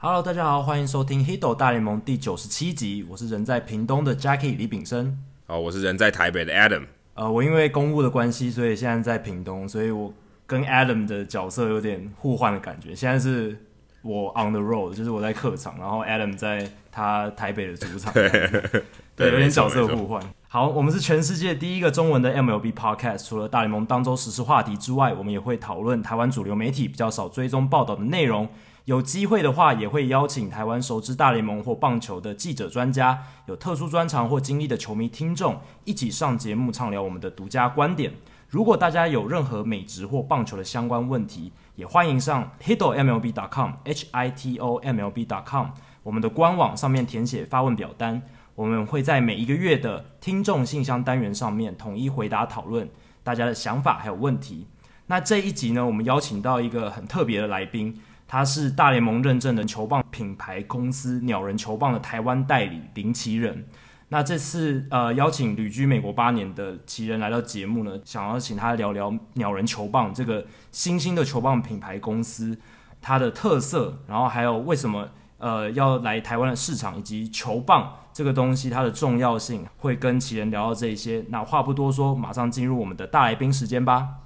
Hello，大家好，欢迎收听《Hiddle 大联盟》第九十七集，我是人在屏东的 Jackie 李炳生。好，我是人在台北的 Adam。呃，我因为公务的关系，所以现在在屏东，所以我跟 Adam 的角色有点互换的感觉。现在是我 on the road，就是我在客场，然后 Adam 在他台北的主场，对，有点角色没错互换。好，我们是全世界第一个中文的 MLB podcast。除了大联盟当周时事话题之外，我们也会讨论台湾主流媒体比较少追踪报道的内容。有机会的话，也会邀请台湾熟知大联盟或棒球的记者、专家，有特殊专长或经历的球迷听众，一起上节目畅聊我们的独家观点。如果大家有任何美职或棒球的相关问题，也欢迎上 hitomlb.com h i t o m l b.com 我们的官网上面填写发问表单，我们会在每一个月的听众信箱单元上面统一回答讨论大家的想法还有问题。那这一集呢，我们邀请到一个很特别的来宾，他是大联盟认证的球棒品牌公司鸟人球棒的台湾代理林奇人。那这次呃邀请旅居美国八年的奇人来到节目呢，想要请他聊聊鸟人球棒这个新兴的球棒品牌公司它的特色，然后还有为什么呃要来台湾的市场，以及球棒这个东西它的重要性，会跟奇人聊到这一些。那话不多说，马上进入我们的大来宾时间吧。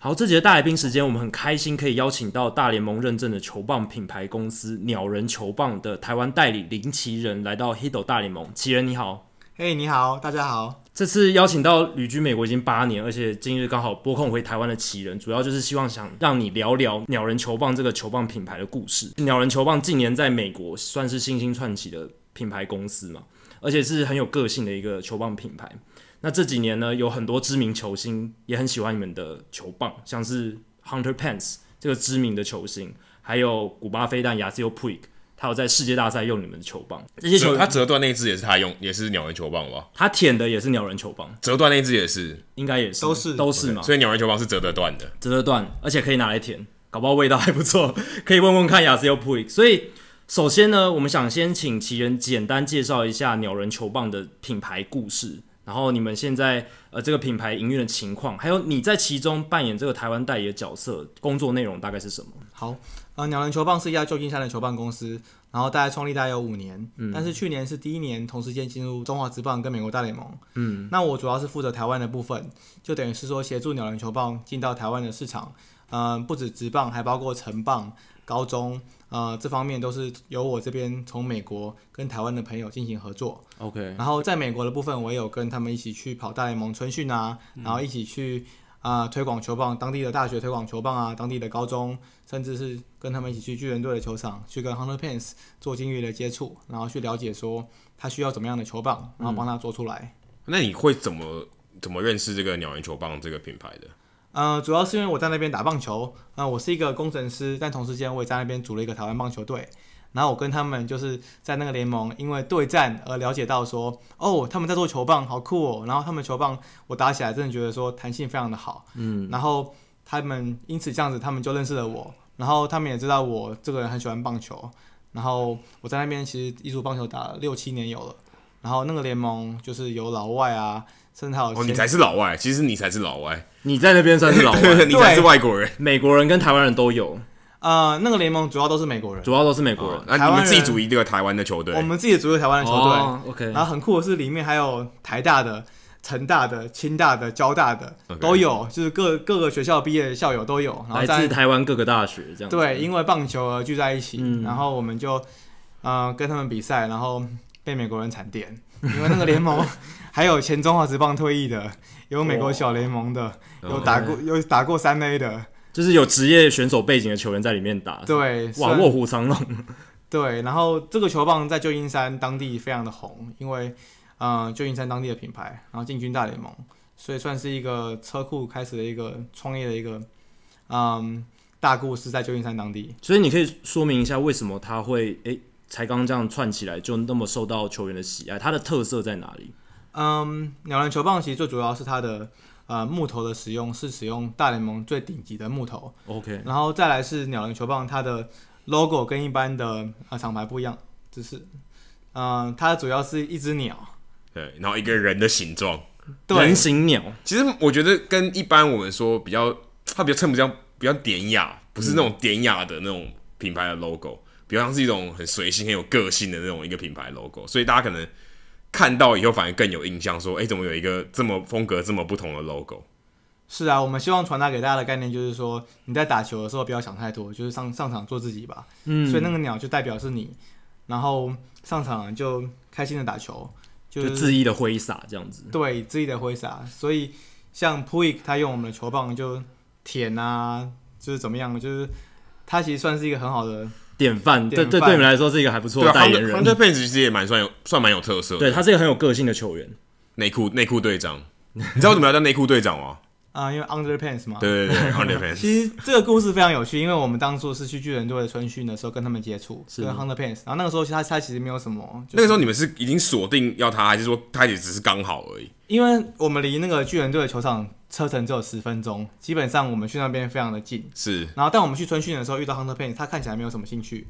好，这节的大来宾时间，我们很开心可以邀请到大联盟认证的球棒品牌公司鸟人球棒的台湾代理林奇人来到 Hiddle 大联盟。奇人你好，嘿你好，大家好。这次邀请到旅居美国已经八年，而且近日刚好拨空回台湾的奇人，主要就是希望想让你聊聊鸟人球棒这个球棒品牌的故事。鸟人球棒近年在美国算是新兴窜起的品牌公司嘛，而且是很有个性的一个球棒品牌。那这几年呢，有很多知名球星也很喜欢你们的球棒，像是 Hunter Pence 这个知名的球星，还有古巴飞弹亚斯尤 Puig，他有在世界大赛用你们的球棒。这些球折他折断那一只也是他用，也是鸟人球棒吧？他舔的也是鸟人球棒，折断那一只也是，应该也是都是都是嘛。所以鸟人球棒是折得断的。折得断，而且可以拿来甜，搞不好味道还不错， 可以问问看雅思又 p u 所以首先呢，我们想先请奇人简单介绍一下鸟人球棒的品牌故事，然后你们现在呃这个品牌营运的情况，还有你在其中扮演这个台湾代理的角色，工作内容大概是什么？好，呃，鸟人球棒是一家旧金山的球棒公司，然后大概创立大概有五年，但是去年是第一年同时间进入中华职棒跟美国大联盟。嗯，那我主要是负责台湾的部分，就等于是说协助鸟人球棒进到台湾的市场。嗯、不止职棒，还包括城棒、高中，呃，这方面都是由我这边从美国跟台湾的朋友进行合作。 OK，然后在美国的部分，我也有跟他们一起去跑大联盟春训啊，然后一起去啊、呃推广球棒，当地的大学推广球棒啊，当地的高中，甚至是跟他们一起去巨人队的球场，去跟 Hunter Pence 做近距离的接触，然后去了解说他需要怎么样的球棒，然后帮他做出来。那你会怎么怎么认识这个鸟人球棒这个品牌的？呃，主要是因为我在那边打棒球，那、我是一个工程师，但同时间我也在那边组了一个台湾棒球队。然后我跟他们就是在那个联盟，因为对战而了解到说，哦，他们在做球棒，好酷哦。然后他们球棒我打起来真的觉得说弹性非常的好，嗯。然后他们因此这样子，他们就认识了我，然后他们也知道我这个人很喜欢棒球。然后我在那边其实一足棒球打了六七年有了，然后那个联盟就是有老外啊，甚至还有哦，先你才是老外，其实你才是老外，你在那边算是老外，你才是外国人。 美国人跟台湾人都有，呃那个联盟主要都是美国人。主要都是美国人哦。那、台你们湾人自己组一个台湾的球队我，们自己组有台湾的球队，哦，OK，然后很酷的是里面还有台大的、成大的、清大的、交大的 OK 都有，就是各各个学校毕业的校友都有，然后来自在台湾各个大学这样子。对因为棒球而聚在一起，嗯然后我们就呃跟他们比赛，然后被美国人惨电，因为那个联盟还有前中华职棒退役的，有美国小联盟的，哦有打过有打过三 A 的，就是有职业选手背景的球员在里面打。，对，哇，算卧虎藏龙。对，然后这个球棒在旧金山当地非常的红，因为呃旧金山当地的品牌，然后进军大联盟，所以算是一个车库开始的一个创业的一个嗯大故事在旧金山当地。所以你可以说明一下为什么他会诶、才刚这样串起来就那么受到球员的喜爱，它的特色在哪里？嗯，鸟人球棒其实最主要是它的呃木头的使用是使用大联盟最顶级的木头， OK，然后再来是鸟人球棒，它的 logo 呃跟一般的呃厂牌不一样，只是，嗯、它主要是一只鸟，对，然后一个人的形状，对人，形鸟，其实我觉得跟一般我们说比较，它比较称不上比较典雅，不是那种典雅的那种品牌的 logo，比较像是一种很随性、很有个性的那种一个品牌 logo，所以大家可能看到以后反而更有印象，说，哎、怎么有一个这么风格这么不同的 logo？是啊，我们希望传达给大家的概念就是说，你在打球的时候不要想太多，就是上上场做自己吧。嗯，所以那个鸟就代表是你，然后上场就开心的打球，就就是恣意的挥洒这样子。对自己的挥洒。所以像 Puig 他用我们的球棒就舔啊，就是怎么样，就是他其实算是一个很好的，典范，对典对，范对你们来说是一个还不错的对啊，代黄言队黄人。队佩子其实也蛮算有算蛮有特色的，对他是一个很有个性的球员，内裤内裤队长，你知道为什么要叫内裤队长 吗？啊、因为 underpants 嘛。对对对，Hunter Pence，其实这个故事非常有趣，因为我们当初是去巨人队的春训的时候跟他们接触，是跟 underpants，然后那个时候他他其实没有什么，就是那个时候你们是已经锁定要他，还是说他也只是刚好而已？因为我们离那个巨人队的球场车程只有十分钟，基本上我们去那边非常的近。是然后，但我们去春训的时候遇到 Hunter Payne，他看起来没有什么兴趣。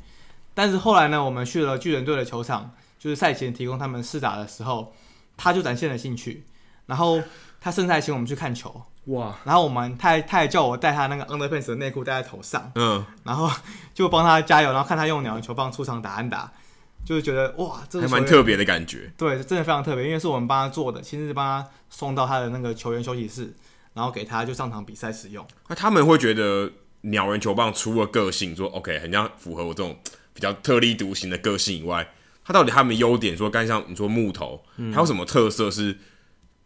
但是后来呢，我们去了巨人队的球场，就是赛前提供他们试打的时候，他就展现了兴趣。然后他甚至还请我们去看球，哇，然后我们他还他还叫我带他那个 Hunter Payne 的内裤戴在头上，嗯，然后就帮他加油，然后看他用鸟人球棒出场打安打，就是觉得哇，这还个球员蛮特别的感觉。对，真的非常特别，因为是我们帮他做的，亲自帮他送到他的那个球员休息室，然后给他就上场比赛使用。那他们会觉得鸟人球棒除了个性说 OK 很像符合我这种比较特立独行的个性以外，它到底他们优点说，刚才像你说木头，嗯还有什么特色是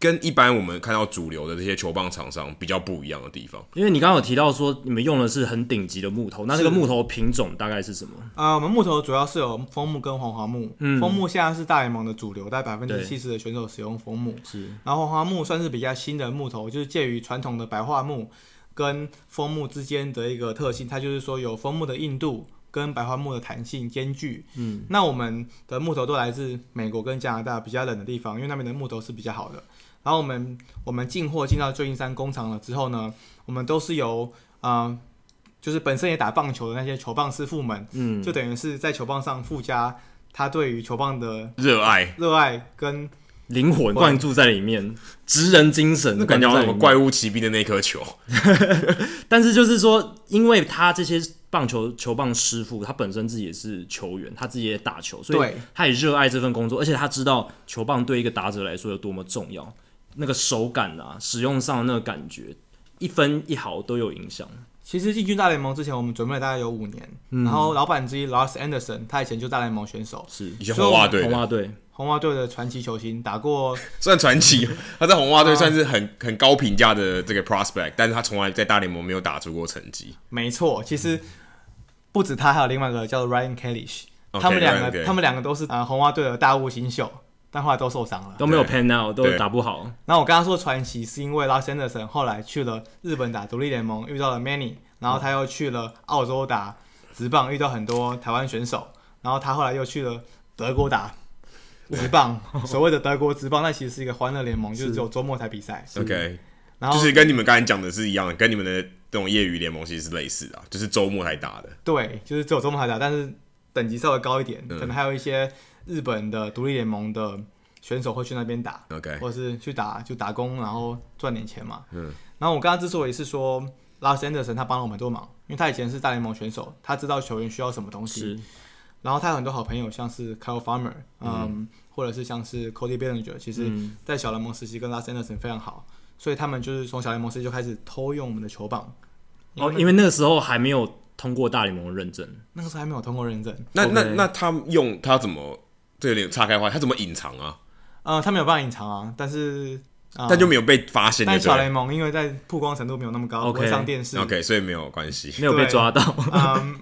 跟一般我们看到主流的这些球棒厂商比较不一样的地方？因为你刚刚有提到说你们用的是很顶级的木头，那这个木头品种大概是什么？啊、我们木头主要是有枫木跟黄花木，嗯枫木现在是大联盟的主流，大概百分之对七十的选手使用枫木，是然后黄花木算是比较新的木头，就是介于传统的白桦木跟枫木之间的一个特性，它就是说有枫木的硬度跟白桦木的弹性兼具。嗯，那我们的木头都来自美国跟加拿大比较冷的地方，因为那边的木头是比较好的。然后我们我们进货进到旧金山工厂了之后呢，我们都是由啊、呃就是本身也打棒球的那些球棒师傅们，嗯，就等于是在球棒上附加他对于球棒的热爱，热爱跟灵魂灌注在里面，职人精神那灌感觉注好在像里什面么。怪物骑兵的那颗球，但是就是说，因为他这些棒球球棒师傅，他本身自己也是球员，他自己也打球，所以对他也热爱这份工作，而且他知道球棒对一个打者来说有多么重要，那个手感啊，使用上的那个感觉，一分一毫都有影响。其实进军大联盟之前，我们准备了大概有五年。嗯然后老板之一 Lars Anderson，他以前就大联盟选手，是以前红袜队红的袜队，红袜队的传奇球星，打过算传奇， 他在红袜队算是很很高评价的这个 prospect，但是他从来在大联盟没有打出过成绩。没嗯错。其实不止他，还有另外一个叫 Ryan Kellish， OK，他们两 Ryan Kellish 个他们两个都是啊、呃红袜队的大物新秀，但后来都受伤了。都没有对 pan out，都对打不好。然后我刚刚说传奇，是因为 Lars Anderson 后来去了日本打独立联盟，遇到了 Many，然后他又去了澳洲打职棒，遇到很多台湾选手，然后他后来又去了德国打职 棒，所谓的德国职棒，那其实是一个欢乐联盟，就是只有周末才比赛。 OK，然后、就是跟你们刚才讲的是一样的，跟你们的这种业余联盟其实是类似的啊，就是周末才打的。对，就是只有周末才打，但是等级稍微高一点，嗯可能还有一些日本的独立联盟的选手会去那边打。 OK，或者是去打就打工，然后赚点钱嘛。嗯。然后我刚刚之所以是说拉斯 Anderson 他帮了我们很多忙，因为他以前是大联盟选手，他知道球员需要什么东西。是，然后他有很多好朋友，像是 Kyle Farmer，嗯，或者是像是 Cody Bellinger，其实嗯在小联盟时期跟拉斯 Anderson 非常好，所以他们就是从小联盟时期就开始偷用我们的球棒。哦，因为那个时候还没有通过大联盟的认证，那个时候还没有通过认证，那那 OK 那他用他怎么？这有点岔开话，他怎么隐藏啊？呃，他没有办法隐藏啊，但是啊，但就没有被发现就但对小了。联盟因为在曝光程度没有那么高 OK 不会上电视，啊 OK，所以没有关系。没有被对抓到，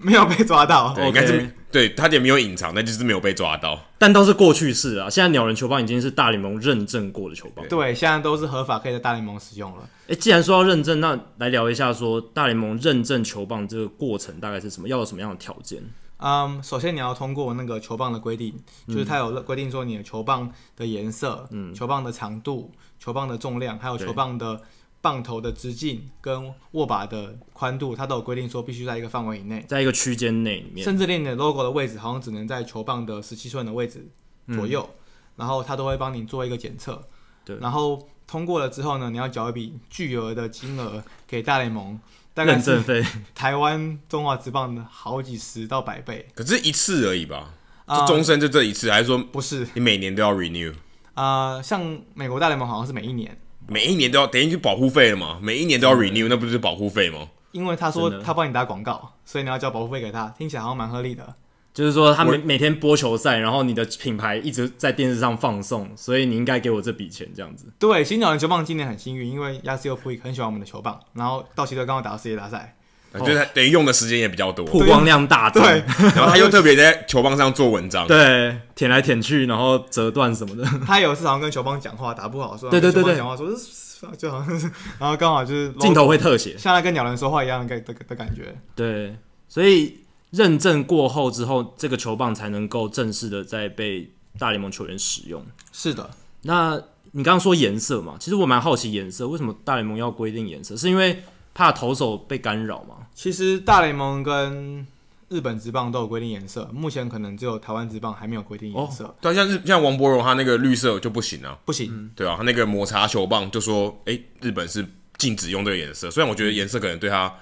没有被抓到。对， OK 应该是对他也没有隐藏，但就是没有被抓到。但都是过去式啊。现在鸟人球棒已经是大联盟认证过的球棒。对，现在都是合法可以在大联盟使用了。哎、既然说到认证，那来聊一下说大联盟认证球棒这个过程大概是什么，要有什么样的条件？嗯，首先你要通过那个球棒的规定，嗯就是它有规定说你的球棒的颜色、球棒的长度、球棒的重量，还有对球棒的棒头的直径跟握把的宽度，它都有规定说必须在一个范围以内，在一个区间内里面，甚至连你的 logo 的位置好像只能在球棒的十七寸的位置左右。然后他都会帮你做一个检测，嗯对然后通过了之后呢，你要缴一笔巨额的金额给大联盟，大概认是证费，台湾中华职棒的好几十到百倍可是一次而已吧？啊就终身就这一次，还是说不是你每年都要 renew？啊、呃像美国大联盟好像是每一年，每一年都要等于就保护费了嘛？每一年都要嗯 renew，那不就是保护费吗？因为他说真的他帮你打广告，所以你要交保护费给他，听起来好像蛮合理的。 就是说他每每天播球赛，然后你的品牌一直在电视上放送，所以你应该给我这笔钱这样子。对，新鸟人球棒今年很幸运，因为亚斯尤普伊很喜欢我们的球棒，然后道奇队刚好打到世界大 赛，啊就是他等于用的时间也比较多，曝光量大增，对然后他又特别在球棒上做文章，对，舔来舔去，然后折断什么 的，他有一次好像跟球棒讲话打不好，说对对对对跟球棒讲话说这就好像是，然后刚好就是镜头会特写。像在跟鸟人说话一样的感的的感觉。对，所以认证过后之后，这个球棒才能够正式的再被大联盟球员使用。是的，那你刚刚说颜色嘛，其实我蛮好奇颜色，为什么大联盟要规定颜色？是因为怕投手被干扰吗？其实大联盟跟日本职棒都有规定颜色，目前可能只有台湾职棒还没有规定颜色，对啊，像是像王柏荣他那个绿色就不行啊，不行。对啊，他那个抹茶球棒就说，哎、日本是禁止用这个颜色，虽然我觉得颜色可能对他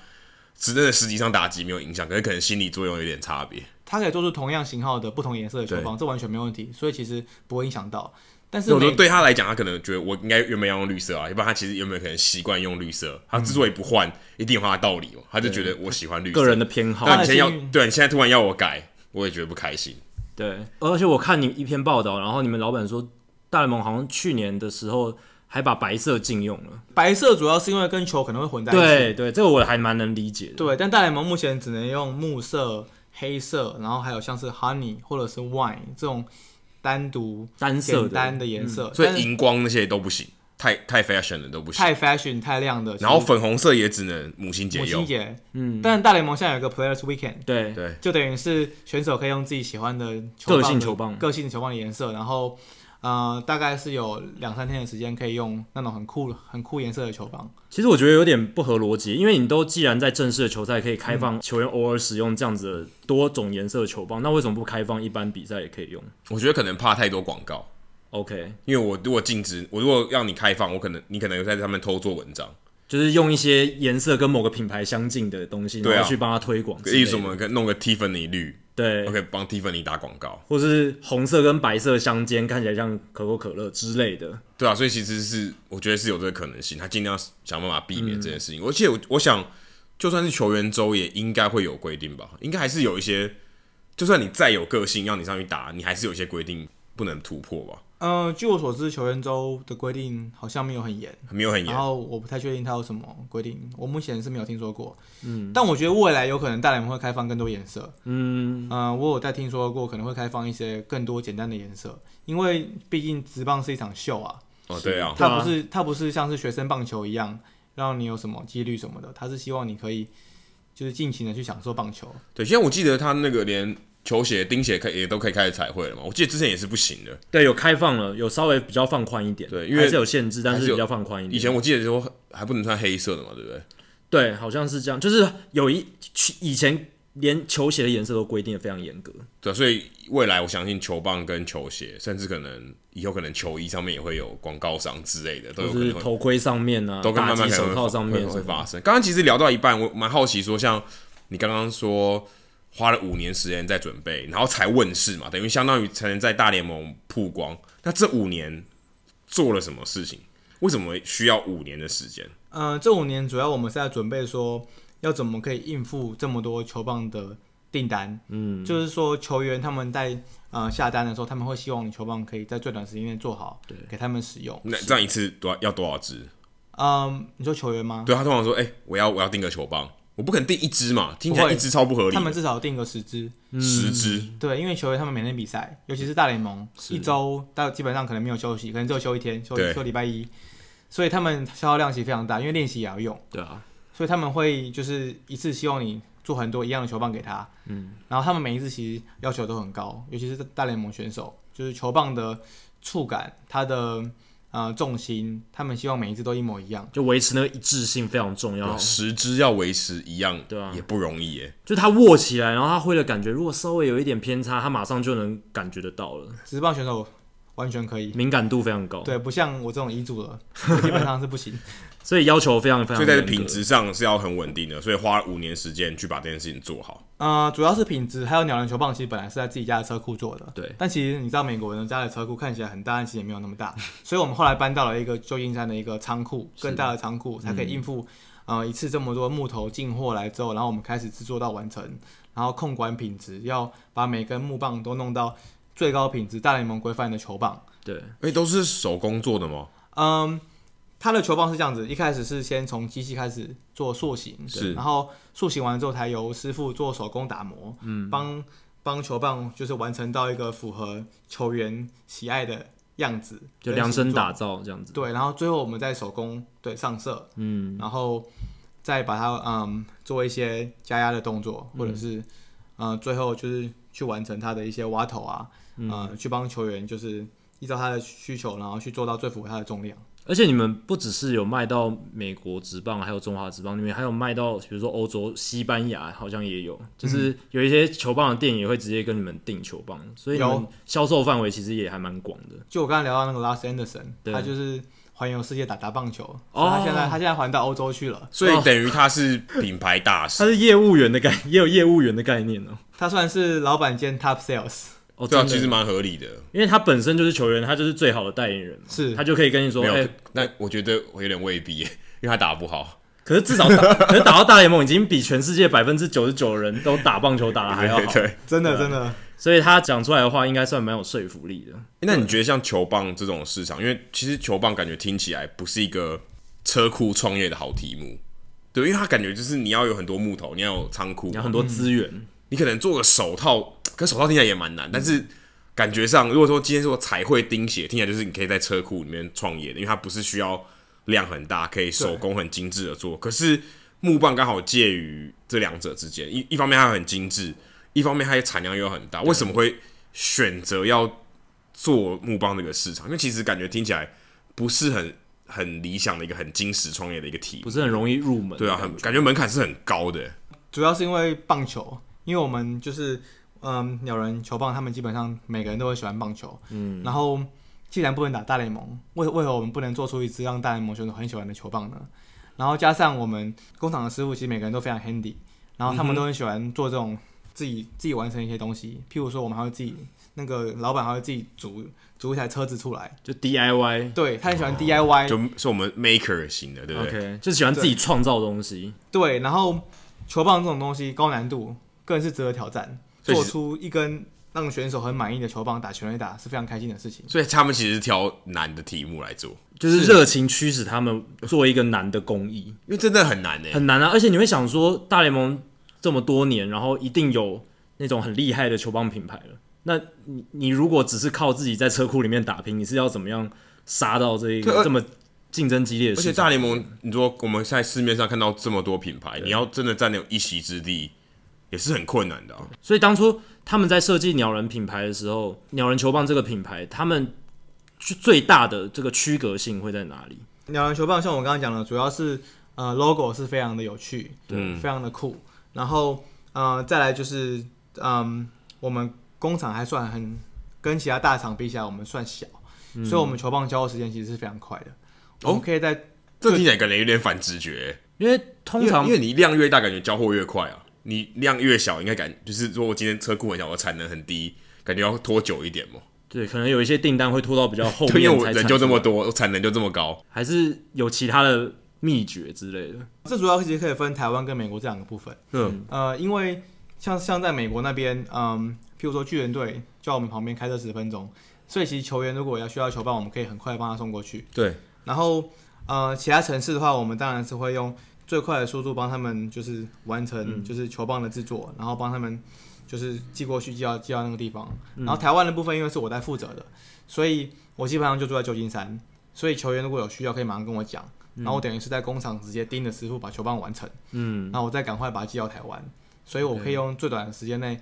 真正的实际上打击没有影响，可是可能心理作用有点差别。它可以做出同样型号的不同颜色的球棒，这完全没问题，所以其实不会影响到。但是我说美对他来讲，他可能觉得我应该原本要用绿色啊，要不然他其实原本可能习惯用绿色，他之所以不换，一定有他的道理嘛，哦他就觉得我喜欢绿色。个人的偏好。那你现在要他的幸运对你现在突然要我改，我也觉得不开心。对，而且我看你一篇报道，然后你们老板说，大联盟好像去年的时候还把白色禁用了。白色主要是因为跟球可能会混在一起，对对，这个我还蛮能理解的。对，但大联盟目前只能用木色、黑色，然后还有像是 honey 或者是 wine 这种单独单色简的，单的颜色，嗯所但以是荧光那些都不行，太太 fashion 的都不行。太 fashion 太亮的，然后粉红色也只能母亲节母用亲，节，嗯，但大联盟现在有一个 players weekend，对对，就等于是选手可以用自己喜欢的球棒的个性球棒个性球棒的颜色，然后呃，大概是有两三天的时间可以用那种很酷、很酷颜色的球棒。其实我觉得有点不合逻辑，因为你都既然在正式的球赛可以开放球员偶尔使用这样子的多种颜色的球棒，那为什么不开放一般比赛也可以用我觉得可能怕太多广告。 ？OK，因为我如果禁止，我如果让你开放，我可能你可能在上面偷做文章，就是用一些颜色跟某个品牌相近的东西，对啊然后去帮他推广之例类如的，什么跟弄个 Tiffany 绿，对我可以帮 Tiffany 打广告，或是红色跟白色相间，看起来像可口可乐之类的。对啊，所以其实是我觉得是有这个可能性，他尽量想办法避免这件嗯事情。而且我我想，就算是球员周也应该会有规定吧，应该还是有一些，就算你再有个性让你上去打，你还是有一些规定不能突破吧，嗯、据我所知，球员周的规定好像没有很严，没有很严然。后我不太确定它有什么规定，我目前是没有听说过。嗯，但我觉得未来有可能大联盟会开放更多颜色。嗯，嗯、我有在听说过可能会开放一些更多简单的颜色，因为毕竟职棒是一场秀啊，哦，对啊，对它啊不是它不是像是学生棒球一样，让你有什么几率什么的，它是希望你可以就是尽情的去享受棒球。对，现在我记得他那个连球鞋、钉鞋可以也都可以开始彩绘了嘛，我记得之前也是不行的。对，有开放了，有稍微比较放宽一点，对因为还是有限制，但还是是有比较放宽一点。以前我记得说还不能穿黑色的嘛，对不对？对，好像是这样，就是有一去以前连球鞋的颜色都规定的非常严格。对，啊所以未来我相信球棒跟球鞋，甚至可能以后可能球衣上面也会有广告商之类的，都有就可是能会头盔上面啊，都跟打慢慢击可能手会套发上面会什会么的发生。刚刚其实聊到一半，我蛮好奇说，像你刚刚说花了五年时间在准备，然后才问世嘛，等于相当于才能在大联盟曝光。那这五年做了什么事情？为什么需要五年的时间？嗯、这五年主要我们是在准备说要怎么可以应付这么多球棒的订单，嗯，就是说球员他们在呃下单的时候，他们会希望你球棒可以在最短时间内做好，给他们使用。那这样一次多要多少只？嗯，你说球员吗？对他通常说，哎、我要我要订个球棒，我不可能订一只嘛，听起来一只超不合理他们的，至少定个十支，嗯十只。对，因为球员他们每天比赛，尤其是大联盟，一周到基本上可能没有休息，可能只有休一天，休对休礼拜一，所以他们消耗量其实非常大，因为练习也要用，对啊，所以他们会就是一次希望你做很多一样的球棒给他，嗯，然后他们每一次其实要求都很高，尤其是大联盟选手，就是球棒的触感，它的呃重心，他们希望每一次都一模一样。就维持那个一致性非常重要。十只要维持一样，哦对啊也不容易耶。就他握起来，然后他挥的感觉，如果稍微有一点偏差，他马上就能感觉得到了。职棒选手，完全可以。敏感度非常高，，对，不像我这种遗嘱了，我基本上是不行。所以要求非常非常所以在严这格。品质上是要很稳定的，所以花了五年时间去把这件事情做好。呃，主要是品质，还有鸟人球棒，其实本来是在自己家的车库做的。对但其实你知道，美国人家的车库看起来很大，但其实也没有那么大，所以我们后来搬到了一个旧金山的一个仓库，更大的仓库，才可以应付、呃一次这么多木头进货来之后，然后我们开始制作到完成，然后控管品质，要把每根木棒都弄到最高品质大联盟规范的球棒。对，哎、都是手工做的吗？嗯，它的球棒是这样子，一开始是先从机器开始做塑形，是然后塑形完之后才由师傅做手工打磨，嗯，帮帮球棒就是完成到一个符合球员喜爱的样子，就跟量身形状打造这样子。对，然后最后我们再手工对上色，嗯，然后再把它嗯做一些加压的动作，或者是嗯、呃最后就是去完成它的一些挖头啊，嗯、去帮球员就是依照他的需求，然后去做到最符合他的重量。而且你们不只是有卖到美国职棒，还有中华职棒，你们还有卖到比如说欧洲、西班牙，好像也有，就是有一些球棒的店也会直接跟你们订球棒，所以你们有销售范围其实也还蛮广的。就我刚刚聊到那个 Lars Anderson，对哦他就是环游世界打打棒球，所以他现在他现在环到欧洲去了。所以等于它是品牌大使 它，是业务员的概，也有业务员的概念哦。他算是老板兼 Top Sales，哦，对啊，真的其实蛮合理的。因为他本身就是球员，他就是最好的代言人嘛，是他就可以跟你说，没有，哎、那我觉得我有点未必耶，因为他打不好。可是至少打， 可是打到大联盟已经比全世界百分之九十九的人都打棒球打的还要好， 对对。真的啊真的。所以他讲出来的话应该算蛮有说服力的。那你觉得像球棒这种市场，因为其实球棒感觉听起来不是一个车库创业的好题目，对，因为它感觉就是你要有很多木头，你要有仓库你，要很多资源，你可能做个手套，可手套听起来也蛮难，但是嗯感觉上，如果说今天说彩绘钉鞋，听起来就是你可以在车库里面创业的，因为它不是需要量很大，可以手工很精致的做。可是木棒刚好介于这两者之间，一一方面它很精致，一方面它的产量又很大，为什么会选择要做木棒这个市场？因为其实感觉听起来不是很很理想的一个很精实创业的一个题不目，是很容易入门。对啊，很感觉门槛是很高的。主要是因为棒球，因为我们就是嗯，鸟人球棒，他们基本上每个人都会喜欢棒球。嗯，然后既然不能打大联盟，为为何我们不能做出一支让大联盟选手很喜欢的球棒呢？然后加上我们工厂的师傅，其实每个人都非常 handy，然后他们都很喜欢做这种自己、自己完成一些东西，譬如说我们还会自己那个老板还会自己组组一台车子出来，就 DIY。对他很喜欢 DIY，、哎就是我们 maker 型的，对不对 OK，就喜欢自己创造东西，对，然后球棒这种东西高难度，更是值得挑战。所以做其实出一根让选手很满意的球棒打全垒打是非常开心的事情。所以他们其实是挑难的题目来做，就是热情驱使他们做一个难的工艺，因为真的很难呢、欸很难啊。而且你会想说，大联盟这么多年，然后一定有那种很厉害的球棒品牌了。那你你如果只是靠自己在车库里面打拼，你是要怎么样杀到这一对而个这么竞争激烈的而市且场？大联盟，你说我们在市面上看到这么多品牌，你要真的占有一席之地，也是很困难的、啊。所以当初他们在设计鸟人品牌的时候，鸟人球棒这个品牌，他们最大的这个区隔性会在哪里？鸟人球棒像我刚刚讲的，主要是呃 logo 是非常的有趣，对，非常的酷。然后呃再来就是嗯、我们工厂还算很跟其他大厂比起来，我们算小，嗯所以我们球棒交货时间其实是非常快的。哦我们可以在这听起来感觉有点反直觉、因为因通为常因为你量越大，感觉交货越快啊。你量越小，应该感就是如果我今天车库很小，我产能很低，感觉要拖久一点嘛。对，可能有一些订单会拖到比较后因为面我才人产就这出么多，我产能就这么高。还是有其他的秘诀之类的。这主要其实可以分台湾跟美国这两个部分。嗯，呃，因为像像在美国那边，嗯，譬如说巨人队就在我们旁边开车十分钟，所以其实球员如果要需要球棒，我们可以很快地帮他送过去。对，然后呃，其他城市的话，我们当然是会用最快的速度帮他们就是完成就是球棒的制作，然后帮他们就是寄过去寄到寄到那个地方。然后台湾的部分因为是我在负责的，所以我基本上就住在旧金山，所以球员如果有需要可以马上跟我讲。然后我等于是在工厂直接盯着师傅把球棒完成，嗯，然后我再赶快把它寄到台湾，所以我可以用最短的时间内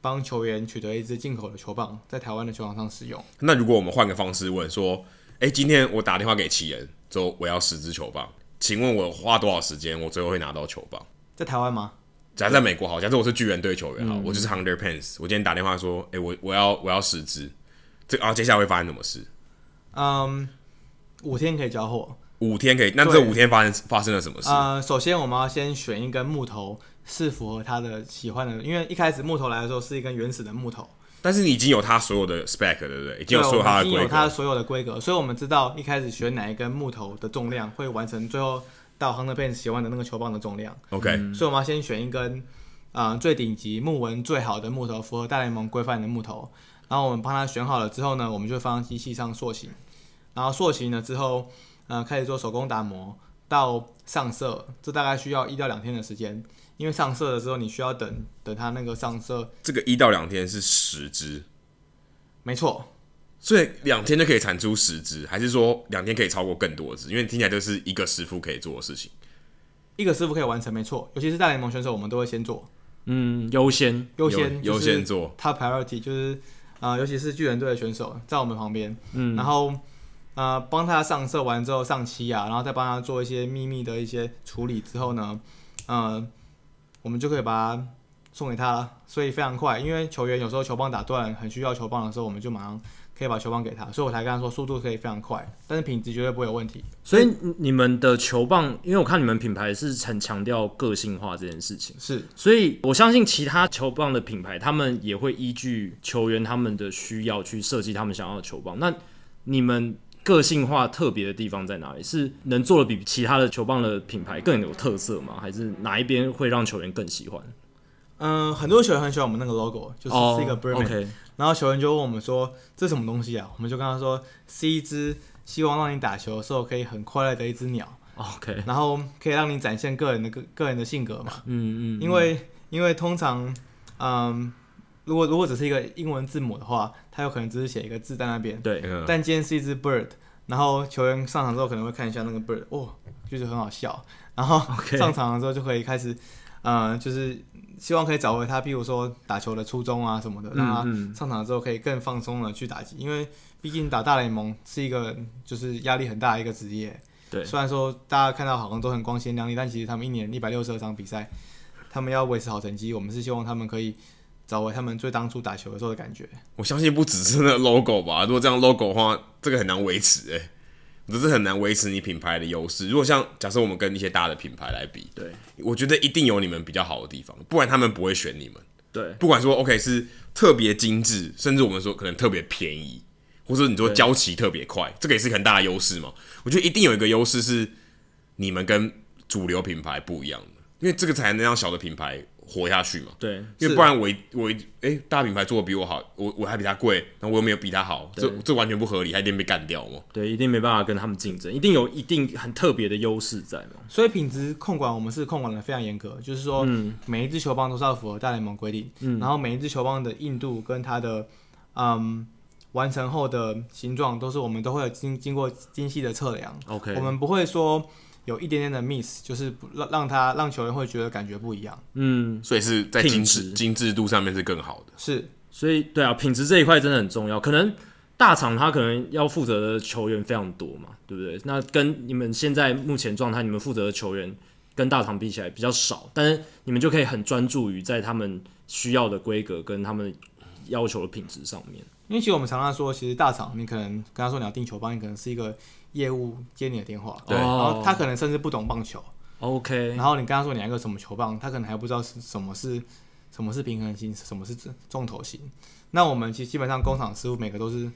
帮球员取得一支进口的球棒，在台湾的球场上使用。那如果我们换个方式问说，哎、今天我打电话给奇人，说我要十支球棒，请问我花多少时间，我最后会拿到球棒？在台湾吗？假如在美国嗯好，假设我是巨人队球员好，我就是 Hunter Pence，我今天打电话说，哎、我我要我要十支，这啊，接下来会发生什么事？嗯，五天可以交货。五天可以，那对这五天发生发生了什么事？呃，首先我们要先选一根木头是符合他的喜欢的，因为一开始木头来的时候是一根原始的木头，但是你已经有它所有的 spec，对不对？已经有对所有我们它的已经规有它格。所有的规格，所以我们知道一开始选哪一根木头的重量会完成最后到 Hunter p a n 喜欢的那个球棒的重量， OK，、所以我们要先选一根啊、呃最顶级木纹最好的木头，符合大联盟规范的木头。然后我们帮它选好了之后呢，我们就放到机器上塑形，然后塑形了之后，呃，开始做手工打磨到上色，这大概需要一到两天的时间，因为上色的时候你需要等等它那个上色，这个一到两天是十只，没错，所以两天就可以产出十只，还是说两天可以超过更多只？因为听起来就是一个师傅可以做的事情。一个师傅可以完成，没错，尤其是大联盟选手，我们都会先做。嗯，优先优先优就是优先做 top priority 就是啊、呃尤其是巨人队的选手在我们旁边，嗯，然后呃帮他上色完之后上漆啊，然后再帮他做一些秘密的一些处理之后呢，呃，我们就可以把它送给他了，所以非常快，因为球员有时候球棒打断很需要球棒的时候，我们就马上可以把球棒给他，所以我才跟他说速度可以非常快，但是品质绝对不会有问题。所以你们的球棒，因为我看你们品牌是很强调个性化这件事情，是所以我相信其他球棒的品牌，他们也会依据球员他们的需要去设计他们想要的球棒。那你们个性化特别的地方在哪里？是能做的比其他的球棒的品牌更有特色吗？还是哪一边会让球员更喜欢？嗯、很多球员很喜欢我们那个 logo，就是是一个 b r m a n OK，然后球员就问我们说：“这什么东西啊？”我们就跟他说：“是一只希望让你打球的时候可以很快乐的一只鸟， OK，然后可以让你展现个人的个个人的性格嘛。嗯嗯，因为因为通常，嗯，如果如果只是一个英文字母的话，它有可能只是写一个字在那边。对，嗯，但今天是一只 bird，然后球员上场之后可能会看一下那个 bird，哦，就是很好笑。然后 OK 上场了之后就可以开始，嗯、就是希望可以找回他，比如说打球的初衷啊什么的，让他嗯嗯上场之后可以更放松的去打击，因为毕竟打大联盟是一个就是压力很大的一个职业。对虽然说大家看到好像都很光鲜亮丽，但其实他们一年一百六十二场比赛，他们要维持好成绩，我们是希望他们可以找回他们最当初打球的时候的感觉。我相信不只是 那个 logo 吧，如果这样 logo 的话，这个很难维持哎、欸，只是很难维持你品牌的优势。如果像假设我们跟一些大的品牌来比，对我觉得一定有你们比较好的地方，不然他们不会选你们。对不管说 OK 是特别精致，甚至我们说可能特别便宜，或者你说交期特别快，这个也是很大的优势嘛。我觉得一定有一个优势是你们跟主流品牌不一样的，因为这个才能让小的品牌活下去嘛。对，因是为不然我一我一诶、大品牌做的比我好，我我还比他贵，然后我又没有比他好，这这完全不合理，还一定被干掉嘛。对，一定没办法跟他们竞争，一定有一定很特别的优势在嘛。所以品质控管我们是控管的非常严格，就是说每一支球棒都是要符合大联盟规定，然后每一支球棒的硬度跟它的嗯完成后的形状都是我们都会有经经过精细的测量。 OK，我们不会说有一点点的 miss，就是不让让他让球员会觉得感觉不一样。嗯，所以是在精致品质精致度上面是更好的。是所以对啊，品质这一块真的很重要。可能大厂它可能要负责的球员非常多嘛，对不对？那跟你们现在目前状态，你们负责的球员跟大厂比起来比较少，但是你们就可以很专注于在他们需要的规格跟他们要求的品质上面。因为其实我们常常说，其实大厂你可能跟他说你要订球棒，你可能是一个业务接你的电话，对然后哦他可能甚至不懂棒球， OK，然后你跟他说你要一个什么球棒，他可能还不知道是什么是什么是平衡型，什么是重头型。那我们其实基本上工厂师傅每个都是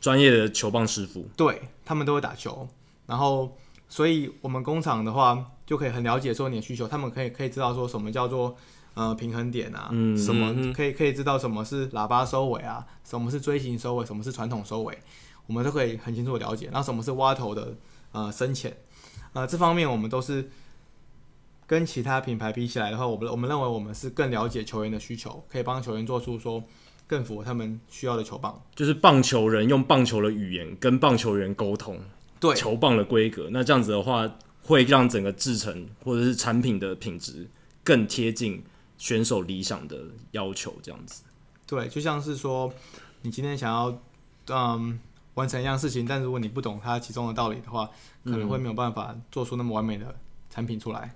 专业的球棒师傅，对，他们都会打球，然后所以我们工厂的话就可以很了解说你的需求，他们可以可以知道说什么叫做呃平衡点啊，嗯什嗯么可以可以知道什么是喇叭收尾啊，什么是锥形收尾，什么是传统收尾，我们都可以很清楚的了解。然后什么是挖头的呃深浅，呃这方面我们都是。跟其他品牌比起来的话，我们我们认为我们是更了解球员的需求，可以帮球员做出说更符合他们需要的球棒。就是棒球人用棒球的语言跟棒球员沟通，对，球棒的规格。那这样子的话，会让整个制成或者是产品的品质更贴近选手理想的要求，这样子。对，就像是说，你今天想要嗯完成一样事情，但如果你不懂它其中的道理的话，可能会没有办法做出那么完美的产品出来。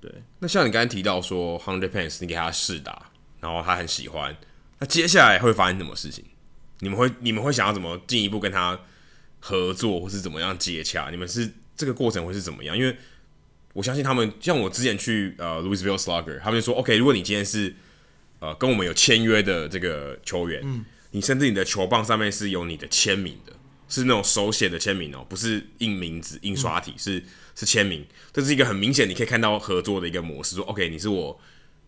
对，那像你刚才提到说 Hundred Pants，你给他试打，然后他很喜欢，那接下来会发生什么事情？你们会你们会想要怎么进一步跟他合作，或是怎么样接洽？你们是这个过程会是怎么样？因为我相信他们，像我之前去呃 Louisville Slugger，他们就说 OK，如果你今天是呃跟我们有签约的这个球员，你甚至你的球棒上面是有你的签名的，是那种手写的签名哦，不是印名字、印刷体，是是签名。这是一个很明显你可以看到合作的一个模式，说 OK，你是我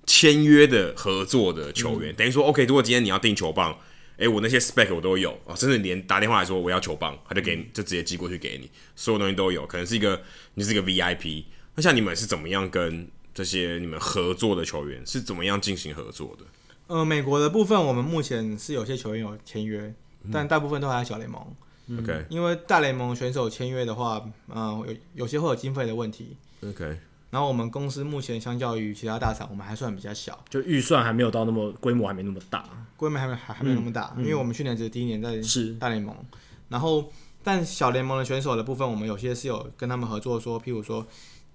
签约的合作的球员，等于说 OK，如果今天你要订球棒，诶，我那些 spec 我都有啊，甚至连打电话来说我要球棒，他就给你就直接寄过去给你，所有东西都有，可能是一个你是一个 VIP。那像你们是怎么样跟这些你们合作的球员是怎么样进行合作的？呃，美国的部分我们目前是有些球员有签约，但大部分都还在小联盟。 OK 因为大联盟选手签约的话，嗯，有有些会有经费的问题。 OK，然后我们公司目前相较于其他大厂，我们还算比较小，就预算还没有到那么规模还没那么大，规模还没还还没有那么大，因为我们去年只是第一年在是大联盟。然后，但小联盟的选手的部分，我们有些是有跟他们合作说，譬如说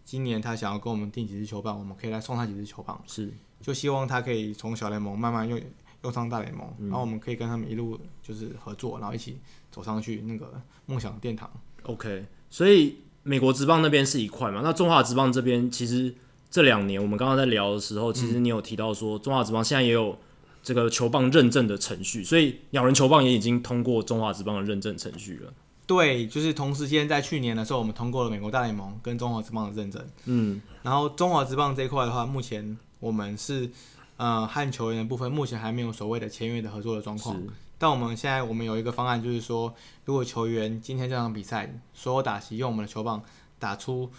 今年他想要跟我们订几支球棒，我们可以来送他几支球棒，是就希望他可以从小联盟慢慢用用上大联盟，然后我们可以跟他们一路就是合作，然后一起走上去那个梦想的殿堂。 OK，所以美国职棒那边是一块嘛，那中华职棒这边其实这两年我们刚刚在聊的时候，其实你有提到说、中华职棒现在也有这个球棒认证的程序，所以鸟人球棒也已经通过中华职棒的认证程序了。对，就是同时间在去年的时候，我们通过了美国大联盟跟中华职棒的认证。嗯，然后中华职棒这一块的话，目前我们是呃和球员的部分，目前还没有所谓的签约的合作的状况是。但我们现在我们有一个方案，就是说，如果球员今天这场比赛所有打席用我们的球棒打出，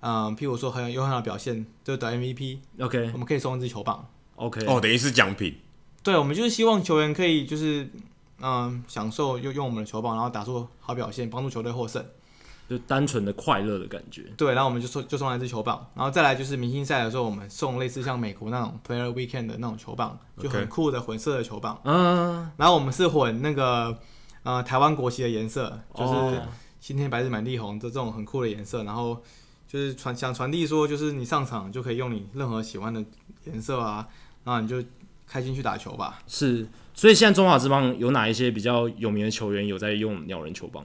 嗯、譬如说很有有很好的表现，就得 MVP， OK 我们可以送一支球棒。 OK，哦，等于是奖品。对，我们就是希望球员可以就是嗯、享受用用我们的球棒，然后打出好表现，帮助球队获胜。就单纯的快乐的感觉。对，然后我们就送就送来一支球棒，然后再来就是明星赛的时候，我们送类似像美国那种 Player Weekend 的那种球棒，就很 OK 酷的混色的球棒。嗯，然后我们是混那个呃台湾国旗的颜色，就是哦青天白日满地红这这种很酷的颜色。然后就是传想传递说，就是你上场就可以用你任何喜欢的颜色啊，然后你就开心去打球吧。是。所以现在中华职棒有哪一些比较有名的球员有在用鸟人球棒？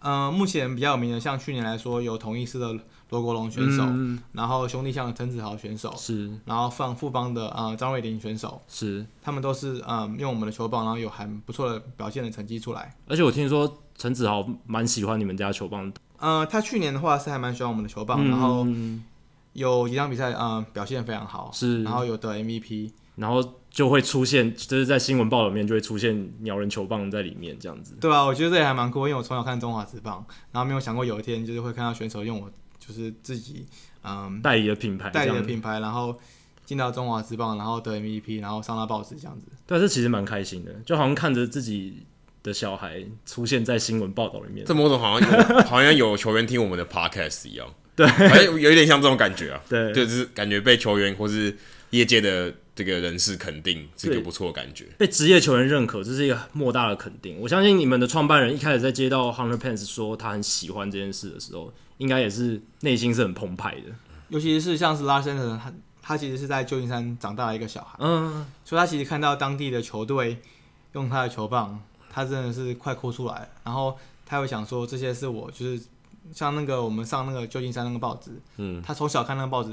呃，目前比较有名的，像去年来说有同一师的罗国龙选手，嗯然后兄弟象的陈子豪选手，是然后放富邦的啊、呃张瑞麟选手。是，他们都是嗯用我们的球棒，然后有还不错的表现的成绩出来。而且我听说陈子豪蛮喜欢你们家球棒的，呃，他去年的话是还蛮喜欢我们的球棒，嗯然后有几场比赛嗯表现非常好，是然后有得 MVP。然后就会出现，就是在新闻报里面就会出现鸟人球棒在里面这样子。对啊，我觉得这也还蛮酷，因为我从小看中华职棒，然后没有想过有一天就是会看到选手用我就是自己嗯代理的品牌，代理的牌，品牌，然后进到中华职棒，然后得 MVP，然后上到报纸这样子。对，这其实蛮开心的，就好像看着自己的小孩出现在新闻报道里面。这某种好像有好像有球员听我们的 podcast 一样，对，有一点像这种感觉啊， 对就是感觉被球员或是业界的这个人士肯定，是一个对不错的感觉。被职业球员认可，这是一个莫大的肯定。我相信你们的创办人一开始在接到 Hunter Pence 说他很喜欢这件事的时候，应该也是内心是很澎湃的。尤其是像是拉伸的，他他其实是在旧金山长大的一个小孩。嗯，所以他其实看到当地的球队用他的球棒，他真的是快哭出来了。然后他会想说，这些是我就是像那个我们上那个旧金山那个报纸，嗯，他从小看那个报纸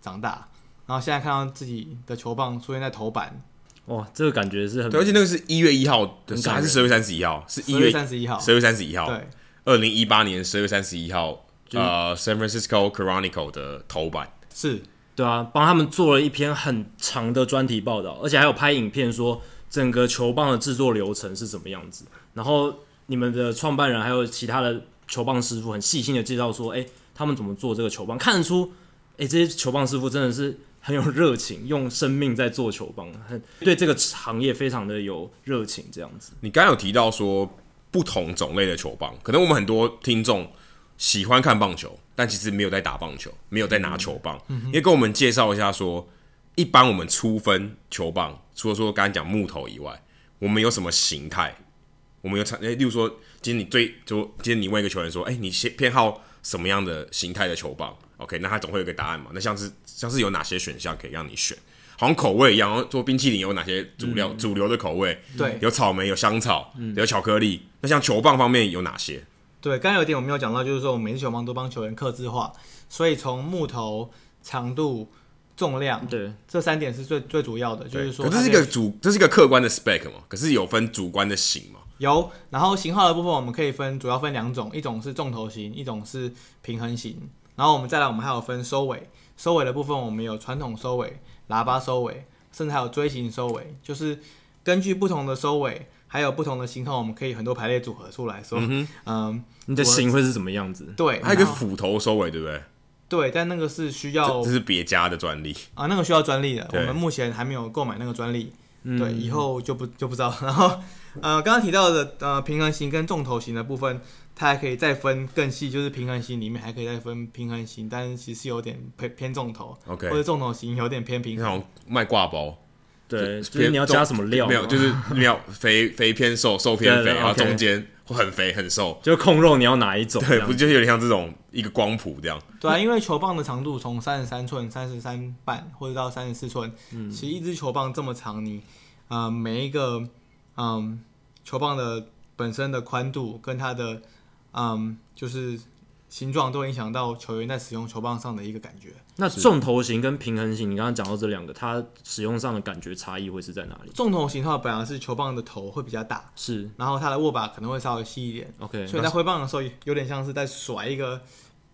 长大，然后现在看到自己的球棒出现在头版，哇，这个感觉是很对，而且那个是一月一号的很事，感人还是十二月三十一号？是一一月月三十一号，十二月三十一号，对，二零一八年十二月三十一号，是呃，San Francisco Chronicle 的头版，是对啊，帮他们做了一篇很长的专题报道，而且还有拍影片说整个球棒的制作流程是怎么样子。然后你们的创办人还有其他的球棒师傅很细心的介绍说，哎、他们怎么做这个球棒，看得出，哎、这些球棒师傅真的是很有热情，用生命在做球棒，很对这个行业非常的有热情，这样子。你刚刚有提到说不同种类的球棒，可能我们很多听众喜欢看棒球，但其实没有在打棒球，没有在拿球棒。也跟我们介绍一下说，一般我们粗分球棒，除了说刚才讲木头以外，我们有什么形态？我们有产，诶例如说，今天你最就今天你问一个球员说，哎、你偏偏好什么样的形态的球棒？OK，那他总会有一个答案嘛？那像是像是有哪些选项可以让你选？好像口味一样，然后做冰淇淋有哪些主料、主流的口味？对嗯有草莓，有香草，有巧克力。那像球棒方面有哪些？对，刚刚有一点我没有讲到，就是说我们每次球棒都帮球员刻字化，所以从木头、长度、重量对，这三点是最最主要的，就对，是说可它这是一可以个主，这是一个客观的 spec 嘛？可是有分主观的型嘛？有，然后型号的部分我们可以分，主要分两种，一种是重头型，一种是平衡型。然后我们再来，我们还有分收尾，收尾的部分我们有传统收尾、喇叭收尾，甚至还有锥形收尾，就是根据不同的收尾，还有不同的型号，我们可以很多排列组合出来说，嗯你的型会是怎么样子？对，还有一个然后斧头收尾，对不对？对，但那个是需这要这是别家的专利。啊，那个需要专利的，我对们目前还没有购买那个专利，对，以后就不就不知道。 然后呃，刚刚提到的呃平衡型跟重头型的部分，它还可以再分更细，就是平衡型里面还可以再分平衡型，但是其实有点偏偏重头 OK 或者重头型有点偏平你衡。好像卖挂包，对，就就是你要加什么料嘛？没有，就是没有肥肥偏瘦，瘦偏对肥，对然后 OK 中间或很肥很瘦，就控肉你要哪一种？对，这样不就是有点像这种一个光谱这样？对啊，因为球棒的长度从三十三寸、三十三半或者到三十四寸，嗯其实一支球棒这么长，你呃每一个嗯、球棒的本身的宽度跟它的嗯、就是形状都影响到球员在使用球棒上的一个感觉。那重头型跟平衡型，你刚刚讲到这两个，它使用上的感觉差异会是在哪里？重头型的话，本来是球棒的头会比较大，是然后它的握把可能会稍微细一点， OK，所以在挥棒的时候有点像是在甩一个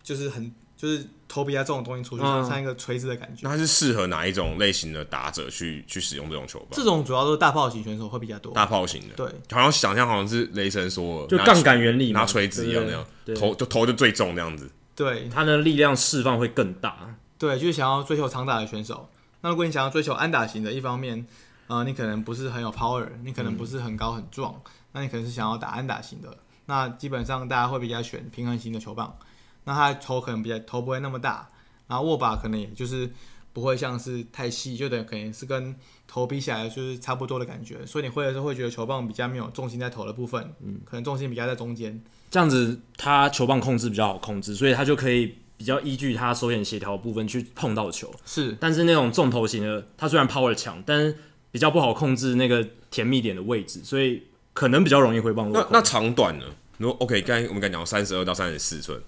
就是很就是头比较重的东西出去，嗯像一个锤子的感觉。那它是适合哪一种类型的打者去去使用这种球棒？这种主要都是大炮型选手会比较多。大炮型的，对，好像想象好像是雷神说的就拿杠杆原理嘛拿锤子一样那样，对不对头就头就最重那样子。对对它的力量释放会更大。对，就是想要追求长打的选手。那如果你想要追求安打型的，一方面，呃，你可能不是很有 power，你可能不是很高很壮，那你可能是想要打安打型的。那基本上大家会比较选平衡型的球棒，那他头可能比较头不会那么大，然后握把可能也就是不会像是太细，就等于可能是跟头比起来就是差不多的感觉，所以你挥的时候会觉得球棒比较没有重心在头的部分，嗯，可能重心比较在中间。这样子，它球棒控制比较好控制，所以它就可以比较依据它手眼协调的部分去碰到球。是但是那种重头型的，它虽然 power 强，但是比较不好控制那个甜蜜点的位置，所以可能比较容易挥棒落那空。那长短呢？如果 OK，刚才我们刚才讲三十二到三十四寸，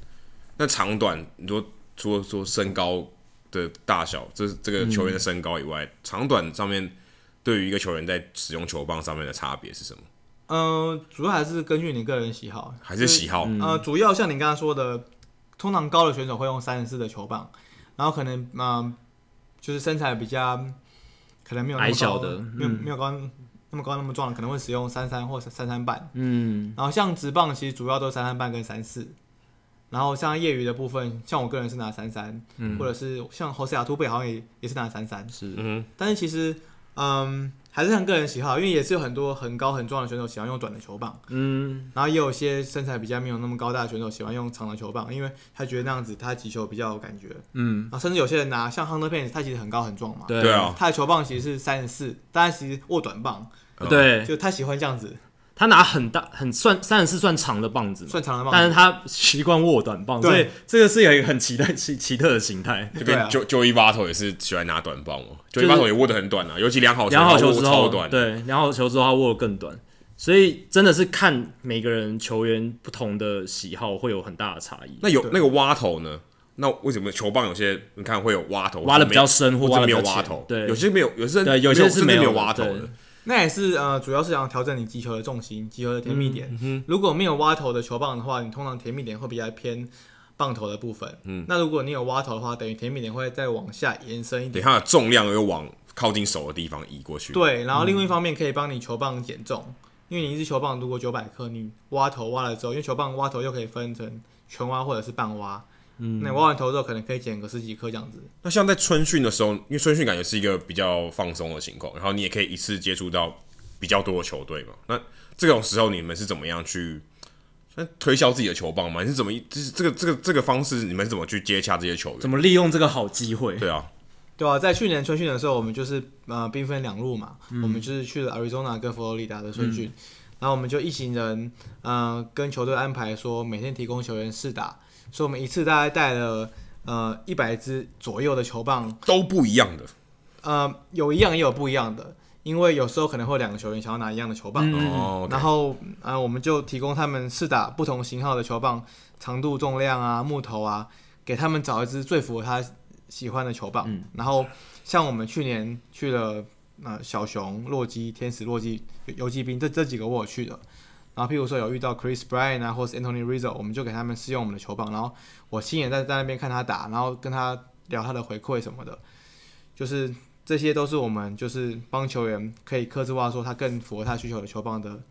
那长短，你说除了说身高的大小，这这个球员的身高以外，嗯长短上面对于一个球员在使用球棒上面的差别是什么？嗯、主要还是根据你个人喜好，还是喜嗯好？呃，主要像你刚刚说的，通常高的选手会用三十四的球棒，然后可能嗯、呃就是身材比较可能没有那么矮小高的嗯没有没有高那么高那么壮的，可能会使用三三或三三半。嗯，然后像直棒其实主要都是三三半跟三四，然后像业余的部分，像我个人是拿三三、或者是像侯赛亚突贝好像也也是拿三三，嗯是嗯但是其实嗯还是看个人喜好，因为也是有很多很高很壮的选手喜欢用短的球棒。嗯，然后也有一些身材比较没有那么高大的选手喜欢用长的球棒，因为他觉得那样子他击球比较有感觉。嗯，啊，甚至有些人拿像 Hunter Pence，他其实很高很壮嘛，对对啊，他的球棒其实是三十四，但他其实握短棒，对，就他喜欢这样子，他拿很大很算三十四算长的棒子嘛，算长的棒。但是他习惯握短棒，对所以这个是有一个很奇特奇奇特的形态。就对跟啊就就一巴头也是喜欢拿短棒嘛，就一是巴头也握得很短啊，尤其量好量好球他握之超后，短，，对，量好球之后他握得更短，所以真的是看每个人球员不同的喜好会有很大的差异。那有那个挖头呢？那为什么球棒有些你看会有挖头，挖的比较深或或者挖得没比有较挖浅头，对有些没有，有些对有些是甚至没没有有的挖头对的，那也是呃，主要是想要调整你击球的重心、击球的甜蜜点。如果没有挖头的球棒的话，你通常甜蜜点会比较偏棒头的部分。嗯，那如果你有挖头的话，等于甜蜜点会再往下延伸一点等。它的重量又往靠近手的地方移过去。对，然后另外一方面可以帮你球棒减重，因为你一支球棒如果九百克，你挖头挖了之后，因为球棒挖头又可以分成全挖或者是半挖，嗯，那你挖完头之后可能可以减个十几克这样子。那像在春训的时候，因为春训感觉是一个比较放松的情况，然后你也可以一次接触到比较多的球队嘛。那这种时候你们是怎么样去算推销自己的球棒吗？你是怎么就是这个这个这个方式，你们是怎么去接洽这些球员？怎么利用这个好机会？对啊，对啊，在去年春训的时候，我们就是呃兵分两路嘛，我们就是去了 Arizona 跟佛罗里达的春训，然后我们就一行人呃跟球队安排说每天提供球员试打，所以我们一次大概带了呃一百支左右的球棒，都不一样的，呃，有一样也有不一样的，因为有时候可能会有两个球员想要拿一样的球棒，嗯哦，然后啊、呃我们就提供他们试打不同型号的球棒，长度、重量啊、木头啊，给他们找一支最符合他喜欢的球棒。然后像我们去年去了呃小熊、洛基、天使、洛基、游游击兵这这几个我有去的。然后譬如说有遇到 Chris Bryan 啊，或是 Anthony Rizzo，我们就给他们试用我们的球棒，然后我亲眼在在那边看他打，然后跟他聊他的回馈什么的，就是这些都是我们就是帮球员可以克制化说他更符合他需求的球棒的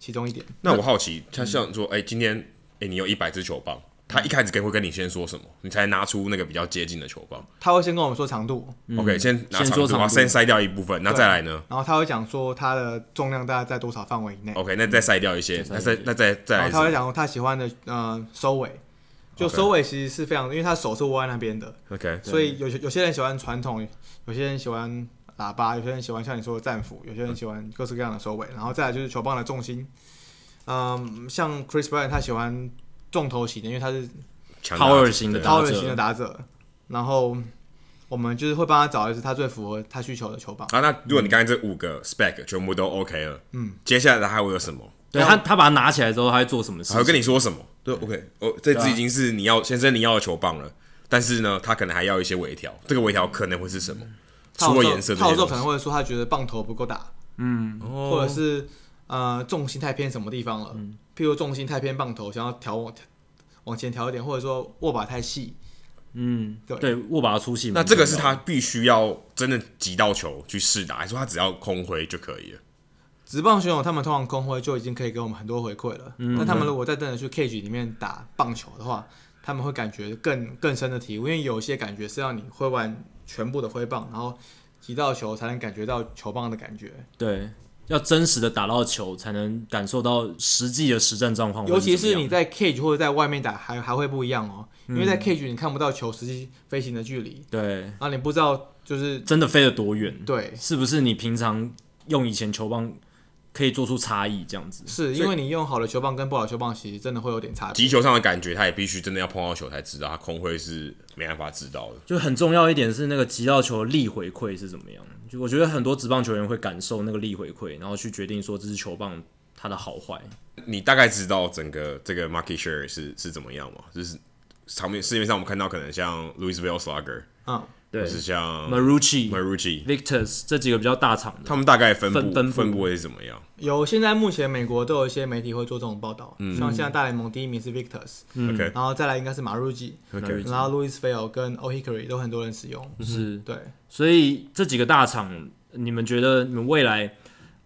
其中一点。那我好奇，他像说，哎、今天哎、你有一百支球棒，他一开始跟会跟你先说什么，你才拿出那个比较接近的球棒、他会先跟我们说长度， OK，先拿嗯先长说度，长啊度先筛掉一部分，那对再来呢然后他会讲说他的重量大概在多少范围以内， ？OK，那再筛掉一些，那再那再再来然后一他会次讲说他喜欢的呃收尾，就 OK 收尾其实是非常，因为他手是握在那边的， ，OK，所以有些有些人喜欢传统，有些人喜欢喇叭，有些人喜欢像你说的战斧，有些人喜欢各式各样的收尾，然后再来就是球棒的重心，嗯，像 Chris Bryant 他喜欢重头型的，因为他是强大 power 型的高打人型的者，打者，然后我们就是会帮他找一支他最符合他需求的球棒。啊，那如果你刚才这五个 spec 全部都 OK 了，嗯，接下来还会有什么？对他他把它拿起来之后，他会做什么事还会跟情？你说什么？对，OK，哦，这啊支已经是你要先生你要的球棒了，但是呢，他可能还要一些微调，这个微调可能会是什么？他有除了时候颜色这他有些时候东可西，能会说他觉得棒头不够大，嗯，或者是呃重心太偏什么地方了，譬如重心太偏棒头，想要调往往前调一点，或者说握把太细，嗯，对对，握把它出气。那这个是他必须要真的击到球去试打，还是说他只要空挥就可以了？直棒选手他们通常空挥就已经可以给我们很多回馈了，那他们如果再真的去 cage 里面打棒球的话，他们会感觉更更深的体悟，因为有些感觉是让你挥完全部的挥棒，然后击到球才能感觉到球棒的感觉，对，要真实的打到球，才能感受到实际的实战状况。尤其或者是怎么样嗯你在 cage 或者在外面打还还会不一样哦，因为在 cage 你看不到球实际飞行的距离，对然后你不知道就是真的飞得多远，对，是不是你平常用以前球棒可以做出差异这样子？是因为你用好的球棒跟不好的球棒其实真的会有点差别。击球上的感觉，他也必须真的要碰到球才知道，他空挥是没办法知道的。就很重要一点是那个击到球的力回馈是怎么样？就我觉得很多职棒球员会感受那个力回馈，然后去决定说这支球棒它的好坏。你大概知道整个这个 market share 是是怎么样吗？就是场面市面上我们看到可能像 Louisville Slugger，嗯，或对是像 Marucci、 Marucci， Victus 这几个比较大场的，他们大概分布分分布布会是怎么样？有现在目前美国都有一些媒体会做这种报道，嗯像现在大联盟第一名是 Victus，、 OK 然后再来应该是 Marugi， OK，啊然后 Louis f a l 跟 O'Hickory 都很多人使用。是对，所以这几个大厂，你们觉得你们未来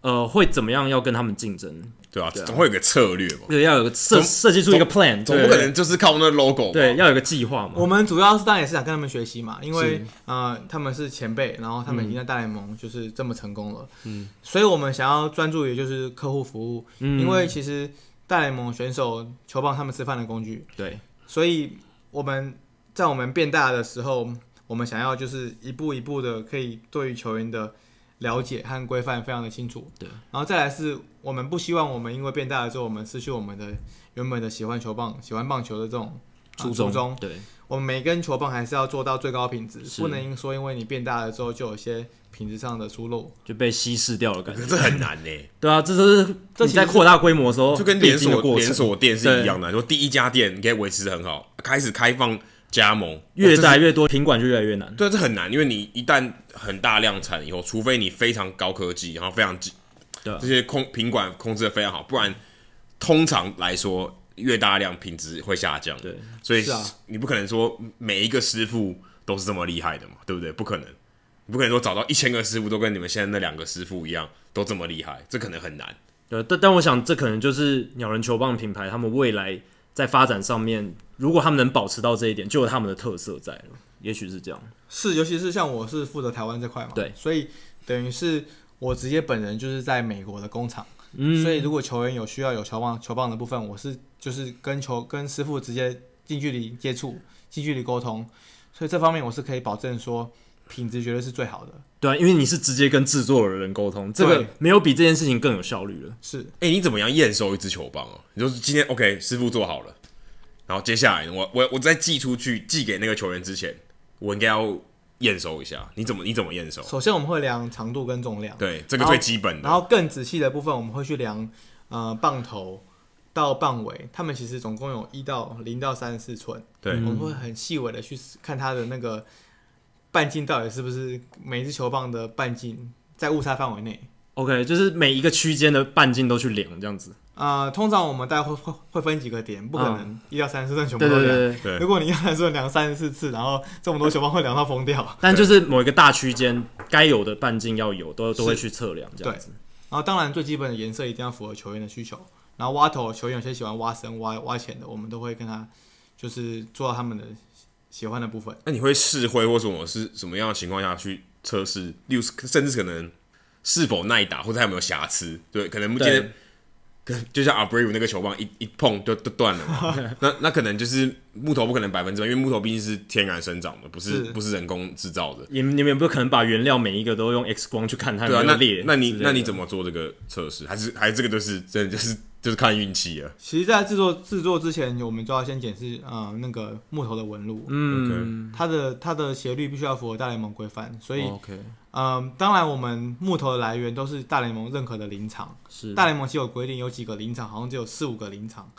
呃会怎么样要跟他们竞争？对啊，总会有个策略嘛，对，要有个设总设计出一个 plan，总对不可能就是靠那 logo 嘛。对，要有个计划嘛我。们主要是当然也是想跟他们学习嘛，因为呃他们是前辈，然后他们已经在大联盟就是这么成功了，嗯，所以我们想要专注于就是客户服务，嗯因为其实大联盟选手球棒他们吃饭的工具，啊对，所以我们在我们变大的时候，我们想要就是一步一步的可以对于球员的了解和规范非常的清楚。对，然后再来是我们不希望我们因为变大了之后，我们失去我们的原本的喜欢球棒、喜欢棒球的这种啊初初衷衷，对，我们每根球棒还是要做到最高品质，是不能因说因为你变大了之后就有一些品质上的疏漏。就被稀释掉了感觉。这很难呢、对啊，这就是这你其在实扩大规模的时候就跟必连经的锁过连程，锁店是一样的。说第一家店你可以维持得很好，开始开放加盟，越大来越多，品管就越来越难。对，这很难，因为你一旦很大量产以后，除非你非常高科技，然后非常精对啊这些控品管控制的非常好，不然通常来说越大量品质会下降。对，所以是啊你不可能说每一个师傅都是这么厉害的嘛，对不对？不可能，你不可能说找到一千个师傅都跟你们现在那两个师傅一样都这么厉害，这可能很难。对，但但我想这可能就是鸟人球棒品牌他们未来在发展上面，如果他们能保持到这一点，就有他们的特色在了，也许是这样。是，尤其是像我是负责台湾这块嘛，对所以等于是我直接本人就是在美国的工厂，嗯所以如果球员有需要有球棒球棒的部分，我是就是跟球跟师傅直接近距离接触、近距离沟通，所以这方面我是可以保证说品质绝对是最好的，对啊，因为你是直接跟制作人沟通，这个对没有比这件事情更有效率了。是哎、你怎么样验收一支球棒哦、你就是今天 OK，师傅做好了，然后接下来我我我在寄出去寄给那个球员之前，我应该要验收一下，你怎么你怎么验收？首先我们会量长度跟重量，对，这个最基本然的。后更仔细的部分我们会去量呃棒头到棒尾，它们其实总共有一到零到三十四寸，对嗯我们会很细微的去看它的那个半径到底是不是每一只球棒的半径在误差范围内。 OK，就是每一个区间的半径都去量这样子。呃，通常我们大概会会会分几个点，不可能一到三十四寸全嗯部对都对对量。对，对如果你一到三十寸量三十四次，然后这么多球棒会量到疯掉。但就是某一个大区间该有的半径要有，都都会去测量这样子。然后当然最基本的颜色一定要符合球员的需求。然后挖头，球员有些喜欢挖深、挖挖浅的，我们都会跟他就是做到他们的喜欢的部分。那你会试挥或什么是什么样的情况下去测试？例如，甚至可能是否耐打，或者它有没有瑕疵？对，可能今天对可能就像阿 b r e 那个球棒一一碰就就断了嘛。 那那可能就是木头不可能百分之百，因为木头毕竟是天然生长的，不是是不是人工制造的。你们你们也不可能把原料每一个都用 X 光去看它对有啊，没那有裂那你那你怎么？么做这个测试？还是还是这个就是真的就是就是看运气啊了。其实，在制作制作之前，我们就要先检视呃那个木头的纹路，嗯它的它的斜率必须要符合大联盟规范。所以，嗯、 ，OK，当然我们木头的来源都是大联盟认可的林场。是大联盟其实有规定，有几个林场，好像只有四五个林场，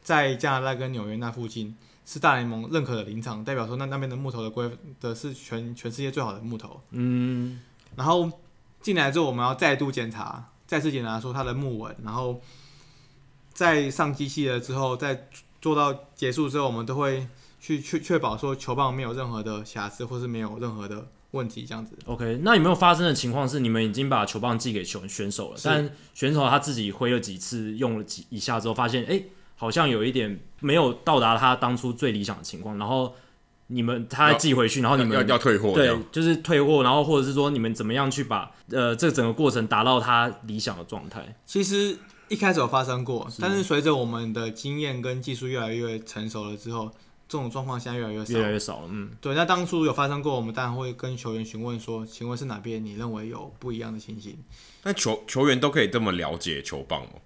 在加拿大跟纽约那附近是大联盟认可的林场，代表说那那边的木头的规的是全全世界最好的木头。嗯然后进来之后，我们要再度检查，再次检查说它的木纹，然后再上机器了之后，再做到结束之后，我们都会去确确保说球棒没有任何的瑕疵，或是没有任何的问题，这样子。 OK，那有没有发生的情况是你们已经把球棒寄给球选手了，是但选手他自己挥了几次，用了几一下之后，发现哎、诶好像有一点没有到达他当初最理想的情况，然后你们他要寄回去，然后你们要要退货这对样。，就是退货，然后或者是说你们怎么样去把呃这整个过程达到他理想的状态？其实一开始有发生过，但是随着我们的经验跟技术越来越成熟了之后，这种状况现在越来越少。越来越少了，嗯，对，那当初有发生过，我们当然会跟球员询问说，请问是哪边你认为有不一样的情形？那球球员都可以这么了解球棒哦吗？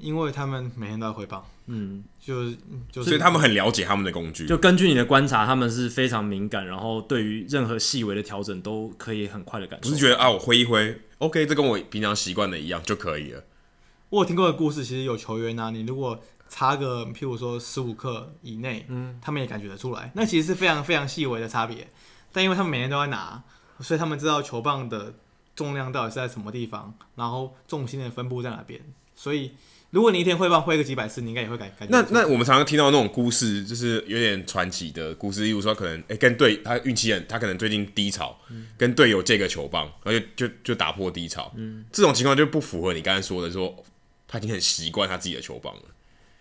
因为他们每天都在回棒，嗯，就是就是所以他们很了解他们的工具。就根据你的观察，他们是非常敏感，然后对于任何细微的调整都可以很快的感不受是。觉得啊，我挥一挥，OK，这跟我平常习惯的一样就可以了。我有听过的故事，其实有球员啊，你如果差个譬如说十五克以内，嗯，他们也感觉得出来，那其实是非常非常细微的差别。但因为他们每天都在拿，所以他们知道球棒的重量到底是在什么地方，然后重心的分布在哪边。所以如果你一天挥棒挥个几百次，你应该也会感感觉那得出来。那我们常常听到那种故事，就是有点传奇的故事，例如说可能哎、诶跟队他运气很，他可能最近低潮，跟队友借个球棒，然后就就就打破低潮。这种情况就不符合你刚才说的说他已经很习惯他自己的球棒了。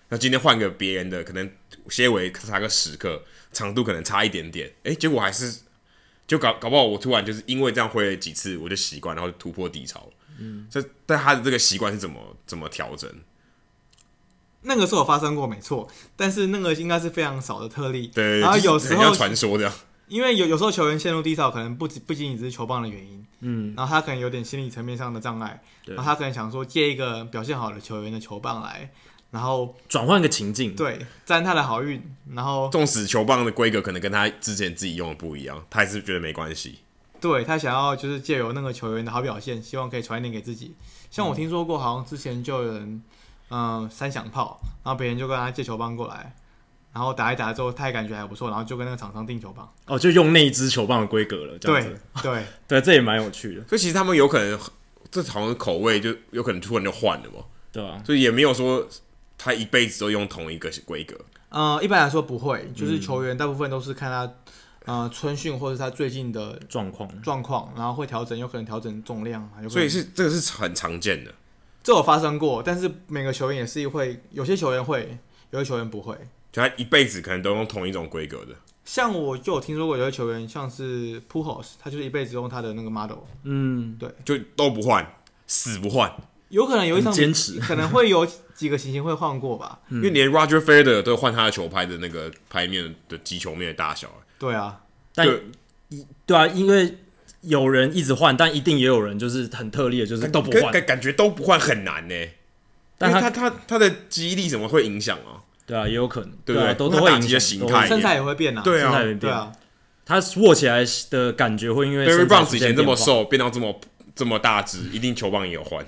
那今天换个别人的，可能些微差个十克，长度可能差一点点，哎、结果还是就搞搞不好我突然就是因为这样挥了几次，我就习惯，然后就突破低潮了。嗯，这但他的这个习惯是怎么怎么调整？那个是有发生过，没错，但是那个应该是非常少的特例。对，然后就是啊有时很像候传说这样。因为有有时候球员陷入低潮，可能不止不仅仅只是球棒的原因，嗯，然后他可能有点心理层面上的障碍，然后他可能想说借一个表现好的球员的球棒来，然后转换个情境，对沾他的好运，然后纵使球棒的规格可能跟他之前自己用的不一样，他还是觉得没关系。对他想要就是借由那个球员的好表现，希望可以传一点给自己。像我听说过，好像之前就有人嗯、呃三响炮，然后别人就跟他借球棒过来，然后打一打之后，他也感觉还不错，然后就跟那个厂商订球棒。哦，就用那一支球棒的规格了，这样对子，对，对，这也蛮有趣的，所以其实他们有可能，这好像口味就有可能突然就换了嘛，对啊，所以也没有说他一辈子都用同一个规格。呃，一般来说不会，就是球员大部分都是看他、呃春训或者他最近的状况状况，然后会调整，有可能调整重量，啊有可能所以是这个是很常见的。这有发生过，但是每个球员也是会，有些球员会，有些球员不会。就他一辈子可能都用同一种规格的，像我就有听说过有些球员，像是 p u h o s 他就是一辈子用他的那个 model，嗯，就都不换，死不换，有可能有一很场坚持，可能会有几个情形会换过吧。嗯因为连 Roger Federer 都换他的球拍的那个拍面的击球面的大小。对啊，但对对啊，因为有人一直换，但一定也有人就是很特例的，就是都不可换，感感觉都不换很难呢、但因为他他他他的记忆力怎么会影响啊？对啊，也有可能，对不啊，对都那都会打影击响的形态身材也会变啊。对生态啊有，点对变啊，他握起来的感觉会因为 Barry 身材 Bonds 出以现前这么变化，瘦，变到这么这么大只，一定球棒也有换。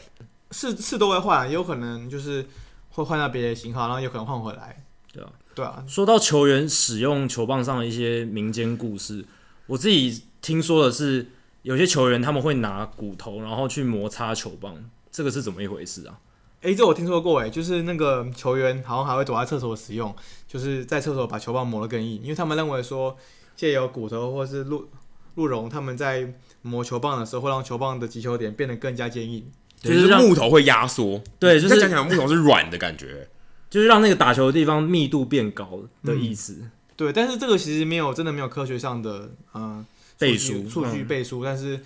是是都会换，也有可能就是会换到别的型号，然后有可能换回来。对啊，对啊，说到球员使用球棒上的一些民间故事，我自己听说的是，有些球员他们会拿骨头然后去摩擦球棒，这个是怎么一回事啊？诶，这我听说过诶，就是那个球员好像还会躲在厕所使用，就是在厕所把球棒磨得更硬，因为他们认为说借由骨头或是鹿鹿茸，他们在磨球棒的时候会让球棒的击球点变得更加坚硬。就就是让木头会压缩，对就是再讲讲木头是软的感觉，就是让那个打球的地方密度变高的意思。嗯对，但是这个其实没有真的没有科学上的嗯、呃、背数据书数据嗯背书，但是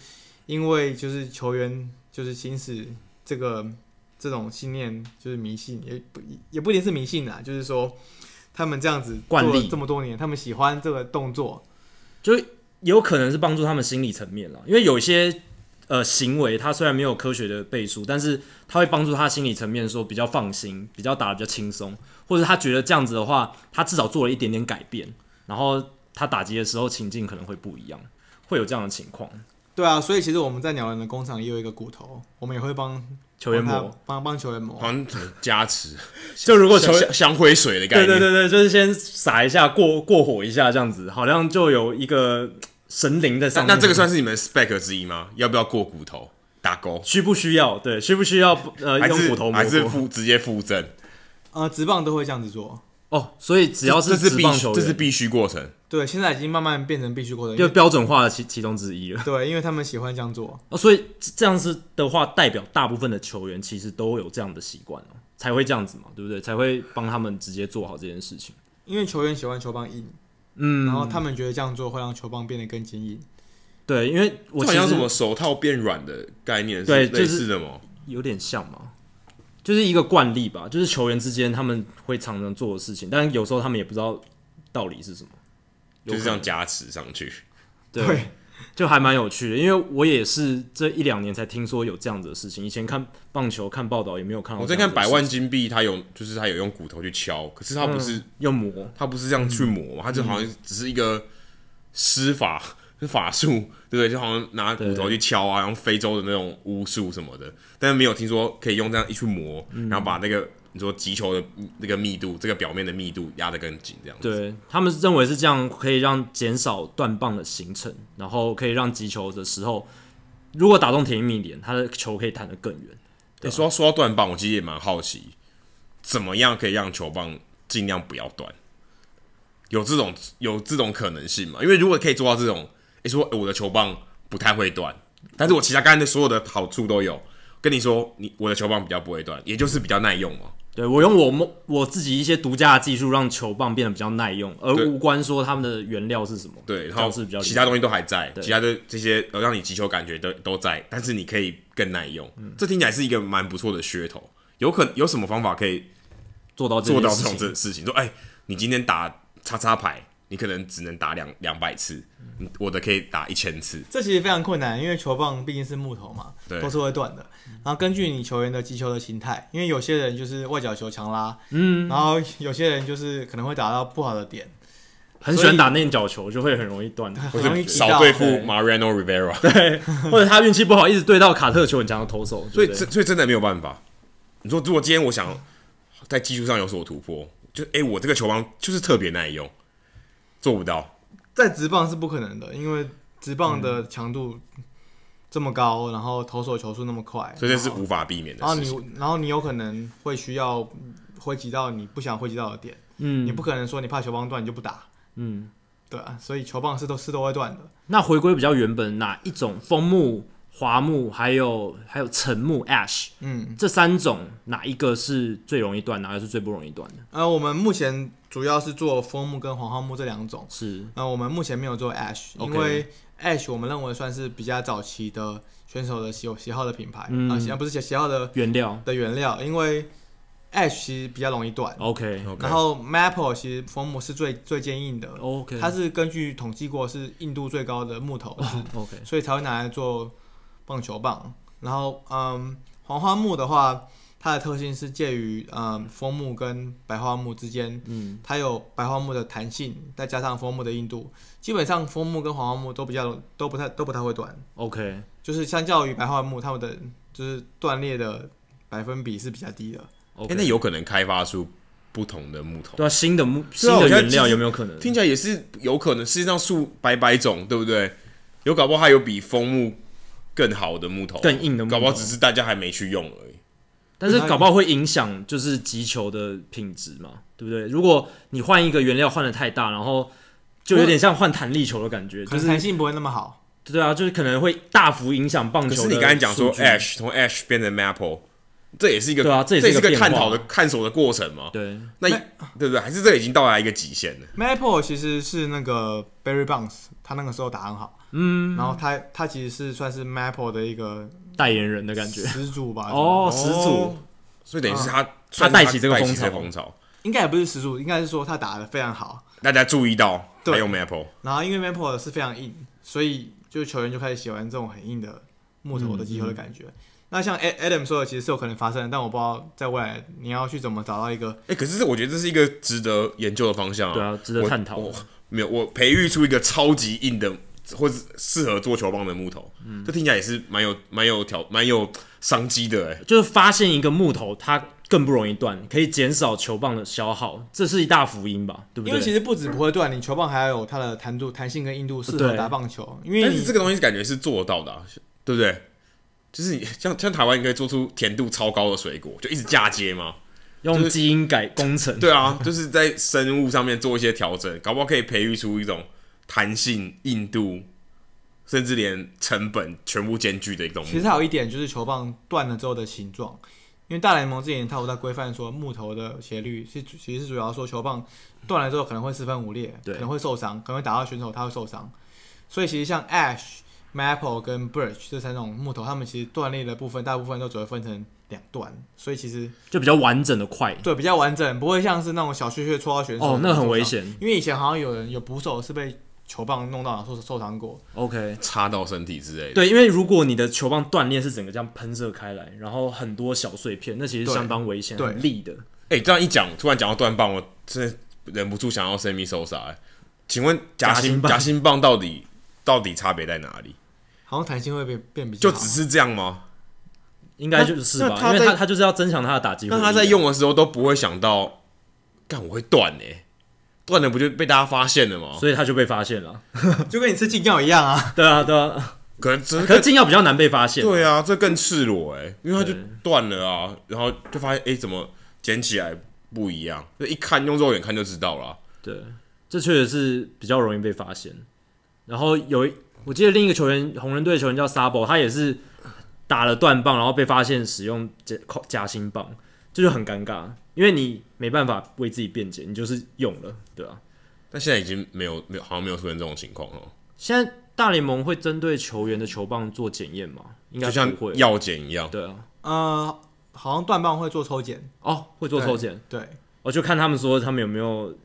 因为就是球员就是行使这个这种信念就是迷信，也不也不一定是迷信啦，就是说他们这样子做惯例了这么多年，他们喜欢这个动作，就有可能是帮助他们心理层面了，因为有些呃行为，他虽然没有科学的背书，但是他会帮助他心理层面说比较放心，比较打得比较轻松，或者他觉得这样子的话，他至少做了一点点改变，然后他打击的时候情境可能会不一样，会有这样的情况。对啊，所以其实我们在鸟人的工厂也有一个骨头，我们也会帮球员帮他磨，帮帮球员磨，好像加持，哦就 如果球像像香灰水的概对念。对对对，就是先撒一下过过火一下这样子，好像就有一个神灵在那上面。那这个算是你们 spec 之一吗？要不要过骨头打勾？需不需要？对，需不需要呃还用是骨头磨还是过附直接 附赠？呃，直棒都会这样子做。哦，所以只要这是是必棒须球这是员必须过程。对，现在已经慢慢变成必须过程，因就为标准化的其其中之一了。对，因为他们喜欢这样做。哦，所以这这样子的话，代表大部分的球员其实都有这样的习惯哦，才会这样子嘛，对不对？才会帮他们直接做好这件事情。因为球员喜欢球棒硬，嗯，然后他们觉得这样做会让球棒变得更坚硬。对，因为我这其好像实什么手套变软的概念，对类就是似的吗？有点像嘛，就是一个惯例吧，就是球员之间他们会常常做的事情，但是有时候他们也不知道道理是什么，有就是可这能样加持上去。对，就还蛮有趣的，因为我也是这一两年才听说有这样子的事情，以前看棒球看报道也没有看到我这在样看子的百事情。万金币，它有就是它有用骨头去敲，可是它嗯不是又磨，它不是这样去磨嘛，它就好像只是一个施法 法术，对不对？就好像拿骨头去敲啊，然后非洲的那种巫术什么的，但是没有听说可以用这样一去磨，然后把那个你说击球的那个密度，这个表面的密度压得更紧，这样子。对他们认为是这样可以让减少断棒的形成，然后可以让击球的时候，如果打中铁面点，他的球可以弹得更远。对，欸说到说到断棒，我其实也蛮好奇，怎么样可以让球棒尽量不要断？有这种有这种可能性吗？因为如果可以做到这种，诶、说、诶欸我的球棒不太会断，但是我其他刚才的所有的好处都有，跟你说，你我的球棒比较不会断，也就是比较耐用嘛。对我用我梦我自己一些独家的技术，让球棒变得比较耐用，而对无关说他们的原料是什么。对，这然样后是比较其他理东西都还在，其他的这些呃让你击球感觉都都在，但是你可以更耐用。嗯这听起来是一个蛮不错的噱头。有可有什么方法可以做到这做件到事这种情这事情，说哎、你今天打叉叉牌，你可能只能打两两百次，你我的可以打一千次，这其实非常困难，因为球棒毕竟是木头嘛，对都是会断的。嗯然后根据你球员的击球的形态，因为有些人就是外角球强拉，嗯，然后有些人就是可能会打到不好的点，很喜欢打内角球，就会很容易断，或很容易者击到。少对付对 Mariano Rivera， 或者他运气不好，一直对到卡特球很强的投手。所对以不对这所以真的没有办法。你说如果今天我想在技术上有所突破，就哎、我这个球棒就是特别耐用，做不到，在直棒是不可能的，因为直棒的强度这么高，然后投手球速那么快，所以这是无法避免的然后事情。哦你，然后你有可能会需要挥击到你不想挥击到的点，嗯你不可能说你怕球棒断你就不打，嗯，对啊，所以球棒是都是都会断的。那回归比较原本哪一种枫木、桦木，还有还有沉木 （ash） 嗯，这三种，哪一个是最容易断，哪一个是最不容易断的？呃，我们目前主要是做枫木跟黄桦木这两种，是呃，我们目前没有做 ash，因 OK 为 ash 我们认为算是比较早期的选手的喜喜好的品牌，嗯啊，喜好不是喜喜好的原料。的原料，因为 ash 其实比较容易断， OK 然后 maple 其实枫木是最最坚硬的， OK，它是根据统计过是硬度最高的木头， OK 所以才会拿来做棒球棒。然后，嗯，黄花木的话，它的特性是介于嗯枫木跟白桦木之间，嗯，它有白桦木的弹性，再加上枫木的硬度，基本上枫木跟黄桦木都比较都不太都不太会断， OK，就是相较于白桦木，它们的就是断裂的百分比是比较低的。哎、那有可能开发出不同的木头，对啊，新的木新对啊的我觉得原料其实有没有可能？听起来也是有可能。世界上树百百种，对不对？有搞不好还有比枫木更好的木头啊，更硬的木头搞不好只是大家还没去用而已。但是搞不好会影响就是击球的品质嘛，对不对？如果你换一个原料换的太大，然后就有点像换弹力球的感觉，可就是是弹性不会那么好。对啊，就是可能会大幅影响棒球可的数是据。你刚才讲说 ash 从 ash 变成 maple，这也是一个对啊这这也是一个个变化探讨的探索的过程嘛？对那那对不对？还是这已经到达一个极限了？ Maple 其实是那个 Barry Bonds，他那个时候打很好，嗯，然后他他其实是算是 Maple 的一个代言人的感觉，始祖吧，哦，始祖哦，所以等于是他他啊带起这个算风是他带起这潮个风潮，应该也不是始祖，应该是说他打的非常好。大家注意到对还有 maple，然后因为 Maple 是非常硬，所以就球员就开始喜欢这种很硬的木头的击球的感嗯觉。那像 A- Adam 说的，其实是有可能发生的，但我不知道在未来你要去怎么找到一个哎、可是我觉得这是一个值得研究的方向、对啊值得我探讨我没有，我培育出一个超级硬的，或是适合做球棒的木头，嗯这听起来也是蛮有蛮有条蛮有商机的哎、就是发现一个木头，它更不容易断，可以减少球棒的消耗，这是一大福音吧？对不因为其对？实不止不会断，你球棒还要有它的弹度、弹性跟硬度，适合对打棒球。因嗯为但你是这个东西感觉是做得到的、啊，对不对？就是你像像台湾，你可以做出甜度超高的水果，就一直嫁接嘛。用基因改工程，对啊， 就是在生物上面做一些调整，搞不好可以培育出一种弹性、硬度，甚至连成本全部兼具的一种木其实还有一点就是球棒断了之后的形状，因为大联盟之前它有在规范说木头的斜率是主其实是主要说球棒断了之后可能会四分五裂，对可能会受伤，可能会打到选手他会受伤。所以其实像 ash、maple 跟 birch 这三种木头，它们其实断裂的部分大部分都只会分成两段，所以其实就比较完整的块。对比较完整，不会像是那种小屑屑戳到选手哦，那很危受伤。险。因为以前好像有人有捕手是被球棒弄到受受伤过， OK，插到身体之类的。对，因为如果你的球棒断裂是整个这样喷射开来，然后很多小碎片，那其实对相当危险、对很利的。哎、这样一讲，突然讲到断棒，我真的忍不住想要 semi Sosa、欸。请问夹夹心心棒夹心棒到底到底差别在哪里？好像弹性会变变比较就好。只是这样吗？应该就是那吧，那他因为在他他就是要增强他的打击火力啊。那他在用的时候都不会想到，干我会断哎、断了不就被大家发现了吗？所以他就被发现了。就跟你吃禁药一样啊。对啊，对啊，可能只是可是禁药比较难被发现。对啊，这更赤裸哎、因为他就对断了啊，然后就发现哎、怎么捡起来不一样？就一看用肉眼看就知道了啊、对，这确实是比较容易被发现。然后有一，我记得另一个球员，红人队球员叫 Sabo，他也是打了断棒，然后被发现使用夹夹心棒，这就很尴尬，因为你没办法为自己辩解，你就是用了，对啊吧、但现在已经没有没有好像没有出现这种情况了，哦现在大联盟会针对球员的球棒做检验吗？应该就像不会。药检一样。对啊，呃，好像断棒会做抽检，哦，会做抽检，对，我就看他们说他们有没有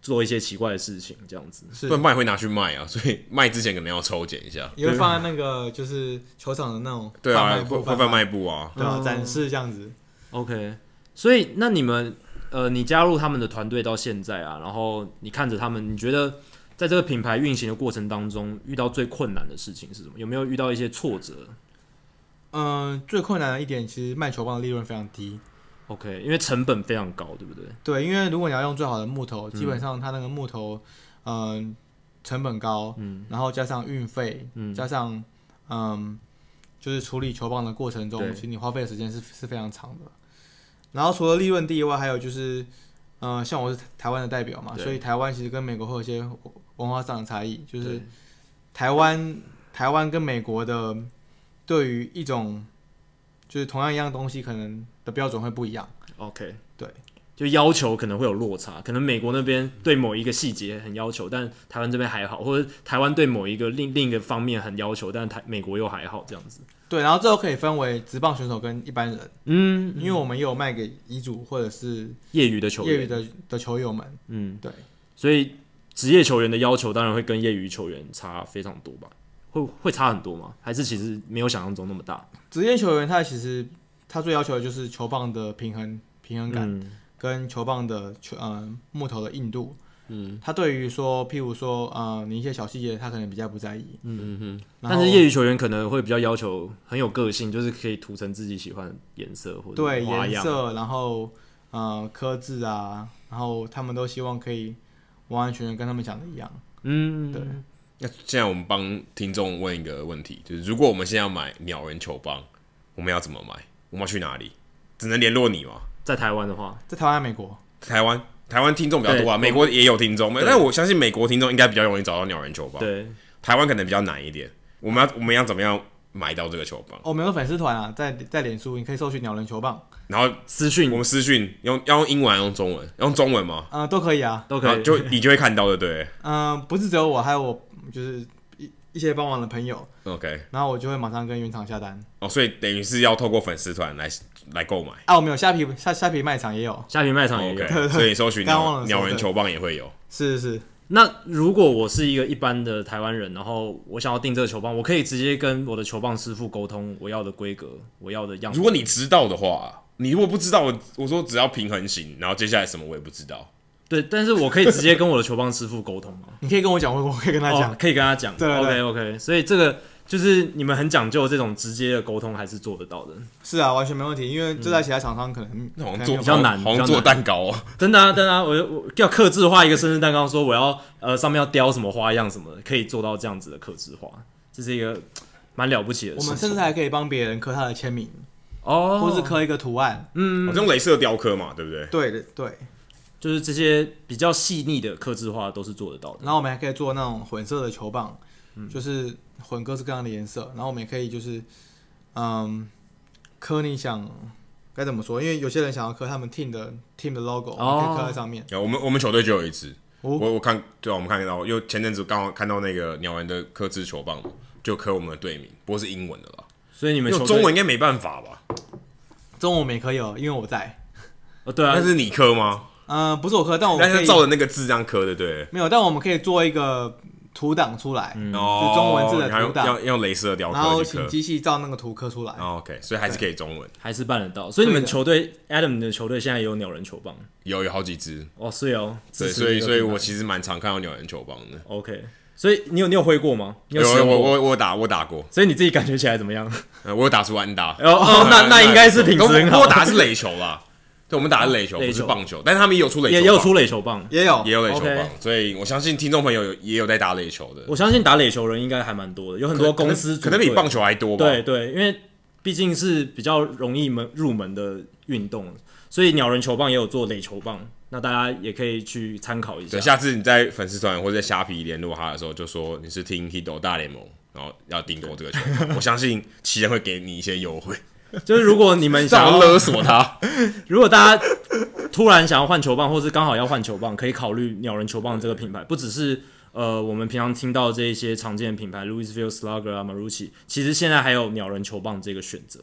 做一些奇怪的事情，这样子。是不然卖会拿去卖啊， 所以卖之前可能要抽检一下。也会放在那个就是球场的那种对啊，贩卖会部会贩贩卖部啊，对吧、嗯展示这样子。 OK，所以那你们呃，你加入他们的团队到现在啊，然后你看着他们，你觉得在这个品牌运行的过程当中，遇到最困难的事情是什么？有没有遇到一些挫折嗯、最困难的一点其实卖球棒的利润非常低， ？OK，因为成本非常高，对不对？对，因为如果你要用最好的木头，基嗯本上它那个木头，嗯、成本高，嗯，然后加上运费，嗯，加上嗯、就是处理球棒的过程中，对其实你花费的时间是是非常长的。然后除了利润低以外，还有就是，呃，像我是台湾的代表嘛，对所以台湾其实跟美国会有一些文化上的差异，就是对台湾台湾跟美国的对于一种就是同样一样东西，可能的标准会不一样。 OK，对，就要求可能会有落差，可能美国那边对某一个细节很要求，但台湾这边还好，或者台湾对某一个另另一个方面很要求，但台美国又还好，这样子。对，然后最后可以分为职棒选手跟一般人，嗯，因为我们也有卖给遗嘱或者是业余的球员，业余的的球友们。嗯，对，所以职业球员的要求当然会跟业余球员差非常多吧？会会差很多吗？还是其实没有想象中那么大？职业球员他其实他最要求的就是球棒的平衡平衡感。嗯跟球棒的球呃木头的硬度，嗯，他对于说譬如说呃你一些小细节，他可能比较不在意，嗯嗯，然后但是业余球员可能会比较要求很有个性，就是可以涂成自己喜欢的颜色或者对花颜样。色，然后呃科字啊，然后他们都希望可以完完全全跟他们想的一样，嗯，对那现在我们帮听众问一个问题，就是如果我们现在要买鸟人球棒，我们要怎么买？我们要去哪里？只能联络你吗？在台湾的话，在台湾、美国，台湾台湾听众比较多啊，对美国也有听众，对但我相信美国听众应该比较容易找到鸟人球棒，对，台湾可能比较难一点。我们要我们要怎么样买到这个球棒？哦，我们有粉丝团啊，在在脸书，你可以搜寻鸟人球棒，然后私我讯们私讯用要用英文，还是用中文，要用中文吗？呃都可以啊，都然可后以。就你就会看到的，对嗯、不是只有我，还有我就是一一些帮忙的朋友， ，OK，然后我就会马上跟原厂下单，哦，所以等于是要透过粉丝团来来购买啊，我们有虾皮虾虾皮卖场也有，虾皮卖场也有。 ，OK，所以你搜寻刚鸟忘了鸟说人对球棒也会有，是是是，那如果我是一个一般的台湾人，然后我想要订这个球棒，我可以直接跟我的球棒师傅沟通我要的规格，我要的样子如。果你知道的话，你如果不知道，我我说只要平衡型，然后接下来什么我也不知道。对，但是我可以直接跟我的球棒师傅沟通吗？你可以跟我讲，我我可以跟他讲。哦，可以跟他讲。对对对 o k OK，所以这个就是你们很讲究这种直接的沟通，还是做得到的。是啊，完全没问题，因为这在其他厂商可能那好可像能做没有较难好比较像做难蛋糕哦，真的啊，真的啊，我我要克制化一个生日蛋糕，说我要呃上面要雕什么花样什么的，可以做到这样子的克制化，这是一个蛮了不起的事我情。们甚至还可以帮别人刻他的签名，哦，或是刻一个图案。好像镭射雕刻嘛，对不对？对的，对。就是这些比较细腻的克制化都是做得到的。然后我们还可以做那种混色的球棒，就是混各式各样的颜色。然后我们也可以就是，嗯，刻你想该怎么说？因为有些人想要刻他们 team 的 team 的 logo，、哦我们可以刻在上面。有我们我们球队就有一只，哦我我看对啊，我们看到，因为前阵子刚好看到那个鸟人的刻字球棒，就刻我们的队名，不过是英文的啦，所以你们因球为队中文应该没办法吧？中文我们也可以哦，因为我在。哦，对啊但，是你刻吗？嗯，不是我刻，但我但们可是以照着那个字这样刻的，对。没有，但我们可以做一个图档出来，哦，中文字的你还用图档要要用镭射雕然后刻去请刻。机器照那个图刻出来。哦 OK，所以还是可以中文，还是办得到。所以你们对的球队 Adam 的球队现在也有鸟人球棒有有好几只，哦，是哦，对，支持所以这个所以品牌我其实蛮常看到鸟人球棒的。 OK，所以你有你有挥过吗？你有使有用我过？我我打我打过，所以你自己感觉起来怎么样？呃，我有打出安打。哦哦，那那应该是品质很不过好我。打的是垒球啦，对，我们打的是垒球，垒不球是棒球，但是他们也有出垒球也棒，也有出垒球棒，也有也有垒球 OK 棒，所以我相信听众朋友有也有在打垒球的，我相信打垒球人应该还蛮多的，有很多公司可能可能比棒球球还多吧。对对，因为毕竟是比较容易门入门的运动，所以鸟人球棒也有做垒球棒，那大家也可以去参考一对，下。下次你在粉丝团或者在虾皮联络他的时候，就说你是听 Hido 大联盟，然后要订购这个球，我相信奇人会给你一些优惠，就是如果你们想想要要，勒索他。如果大家突然想要换球棒，或是刚好要换球棒，可以考虑鸟人球棒这个品牌，不只是。呃，我们平常听到这一些常见的品牌，Louisville Slugger 啊，Marucci，其实现在还有鸟人球棒这个选择。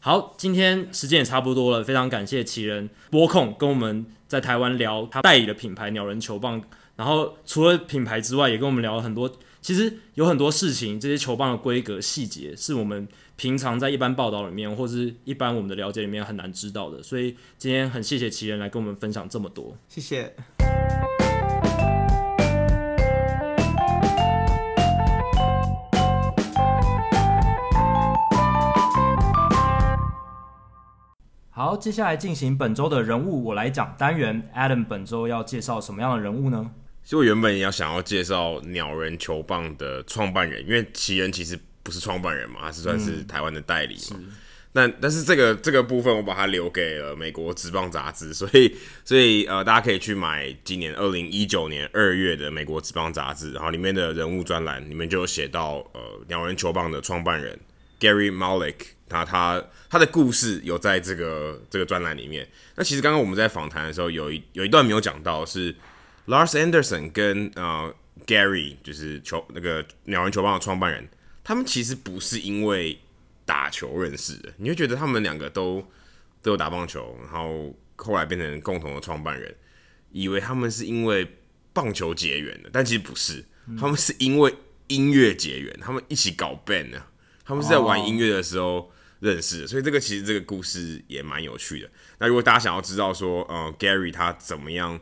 好，今天时间也差不多了，非常感谢奇人播控跟我们在台湾聊他代理的品牌鸟人球棒，然后除了品牌之外，也跟我们聊了很多。其实有很多事情，这些球棒的规格细节是我们平常在一般报道里面或是一般我们的了解里面很难知道的，所以今天很谢谢奇人来跟我们分享这么多。谢谢。好，接下来进行本周的人物我来讲单元。Adam 本周要介绍什么样的人物呢？其实我原本也要想要介绍鸟人球棒的创办人，因为奇人其实不是创办人嘛，他是算是台湾的代理嘛。那但是这个这个部分我把它留给了美国职棒杂志， 所以所以呃，大家可以去买今年二零一九年二月的美国职棒杂志，然后里面的人物专栏里面就有写到呃鸟人球棒的创办人 Gary Malik，他他他的故事有在这个这个专栏里面。那其实刚刚我们在访谈的时候有一有一段没有讲到是 Lars Anderson 跟呃 Gary 就是球那个鸟人球棒的创办人，他们其实不是因为打球认识的，你会觉得他们两个都都有打棒球，然后后来变成共同的创办人，以为他们是因为棒球结缘的，但其实不是，他们是因为音乐结缘，他们一起搞 band 呢、他们是在玩音乐的时候，认识的，所以这个其实这个故事也蛮有趣的。那如果大家想要知道说，呃，Gary 他怎么样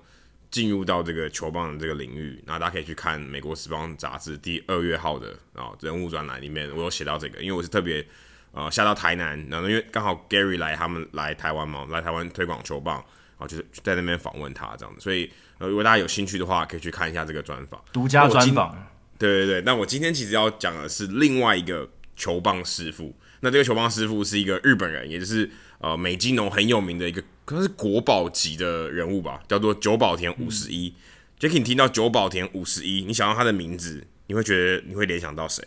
进入到这个球棒的这个领域，那大家可以去看《美国时报》杂志第二月号的啊、人物专栏里面，我有写到这个，因为我是特别呃下到台南，然后因为刚好 Gary 来他们来台湾嘛，来台湾推广球棒，然后就是在那边访问他这样子，所以呃如果大家有兴趣的话，可以去看一下这个专访。独家那我专今访，对对对，那我今天其实要讲的是另外一个球棒师傅。那这个球棒师傅是一个日本人，也就是呃美津浓很有名的一个，可能是国宝级的人物吧，叫做久保田五十一。杰克，你听到久保田五十一，你想到他的名字，你会觉得你会联想到谁？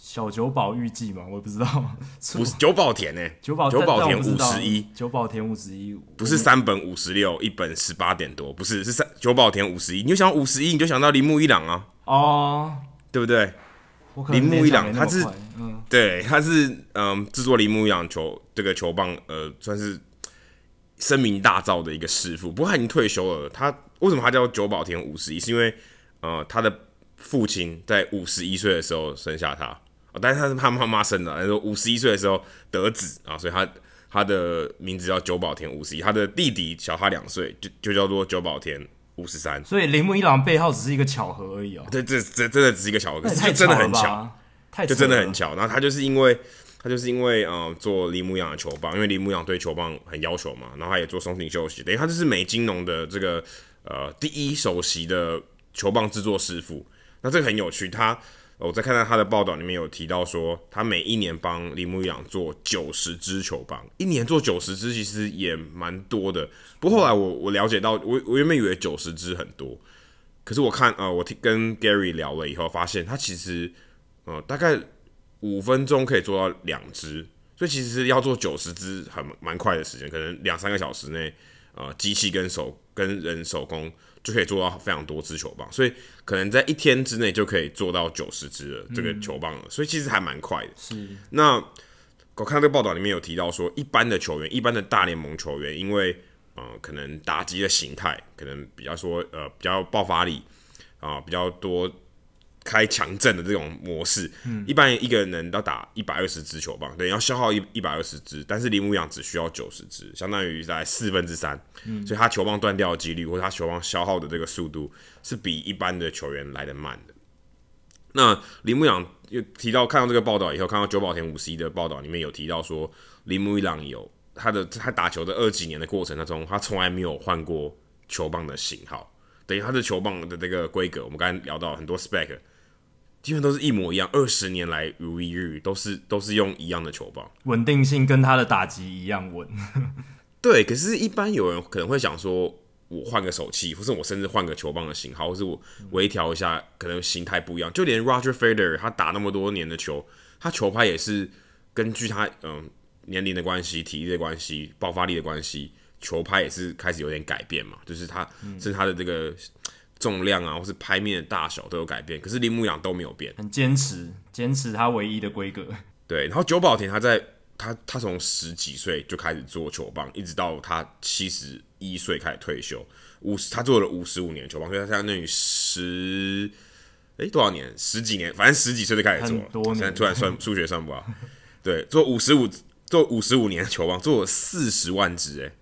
小九保预计嘛，我也不知道，不是久保田呢、九保久保但 但田我不知道51九保田五十一不是三本五十六，一本十八点多，不是是三久保田五十一。你就想五十一，你就想到铃木一朗啊，哦，对不对？我可能铃木联想一朗没那他么是快嗯，对，他是嗯制作铃木养球这个球棒，呃，算是声名大噪的一个师傅。不过他已经退休了。他为什么他叫久保田五十一？是因为呃他的父亲在五十一岁的时候生下他，啊，但是他是他妈妈生的，啊他说五十一岁的时候得子啊，所以他他的名字叫久保田五十一。他的弟弟小他两岁，就就叫做久保田五十三。所以铃木一朗背号只是一个巧合而已哦，这这这真的只是一个巧合，那也太 这真的巧了很吧巧。，太就扯真的了很巧。然后他就是因为他就是因为呃做铃木养的球棒，因为铃木养对球棒很要求嘛，然后他也做松井秀喜，等于他就是美金农的这个呃第一首席的球棒制作师傅。那这个很有趣，他呃我在看到他的报道里面有提到说，他每一年帮铃木养做九十支球棒，一年做九十支其实也蛮多的。不过后来我我了解到，我我原本以为九十支很多。可是我看，呃，我听跟 Gary 聊了以后，发现他其实呃，大概五分钟可以做到两只，所以其实要做九十只很蛮快的时间，可能两三个小时内，呃，机器跟手跟人手工就可以做到非常多只球棒，所以可能在一天之内就可以做到九十只的这个球棒了，所以其实还蛮快的。是那我看到这个报道里面有提到说，一般的球员，一般的大联盟球员，因为呃，可能打击的形态，可能比较说呃比较爆发力啊、比较多开强阵的这种模式，一般一个人要打一百二十支球棒，对，要消耗一一百二十支，但是铃木养只需要九十支，相当于在四分之三，所以他球棒断掉的几率或者他球棒消耗的这个速度是比一般的球员来的慢的。那铃木养又提到看到这个报道以后，看到久保田五十一的报道里面有提到说，铃木一朗有他的他打球的二几年的过程当中，他从来没有换过球棒的型号，等于他的球棒的这个规格，我们刚才聊到很多 spec，基本都是一模一样，二十年来如一日，都是都是用一样的球棒。稳定性跟他的打击一样稳，对，可是，一般有人可能会想说，我换个手气，或是我甚至换个球棒的型号，或是我微调一下，可能形态不一样。就连 Roger Federer 他打那么多年的球，他球拍也是根据他嗯年龄的关系、体力的关系、爆发力的关系，球拍也是开始有点改变嘛，就是他、甚至他的这个重量啊，或是拍面的大小都有改变。可是铃木养都没有变。很坚持，坚持他唯一的规格。对，然后久保田他在他他从十几岁就开始做球棒，一直到他七十一岁开始退休，五十他做了五十五年球棒，所以他相当于十哎多少年十几年，反正十几岁就开始做了很多年现在突然算数学算不好，对，做五十五做五十五年的球棒，做了四十万只哎、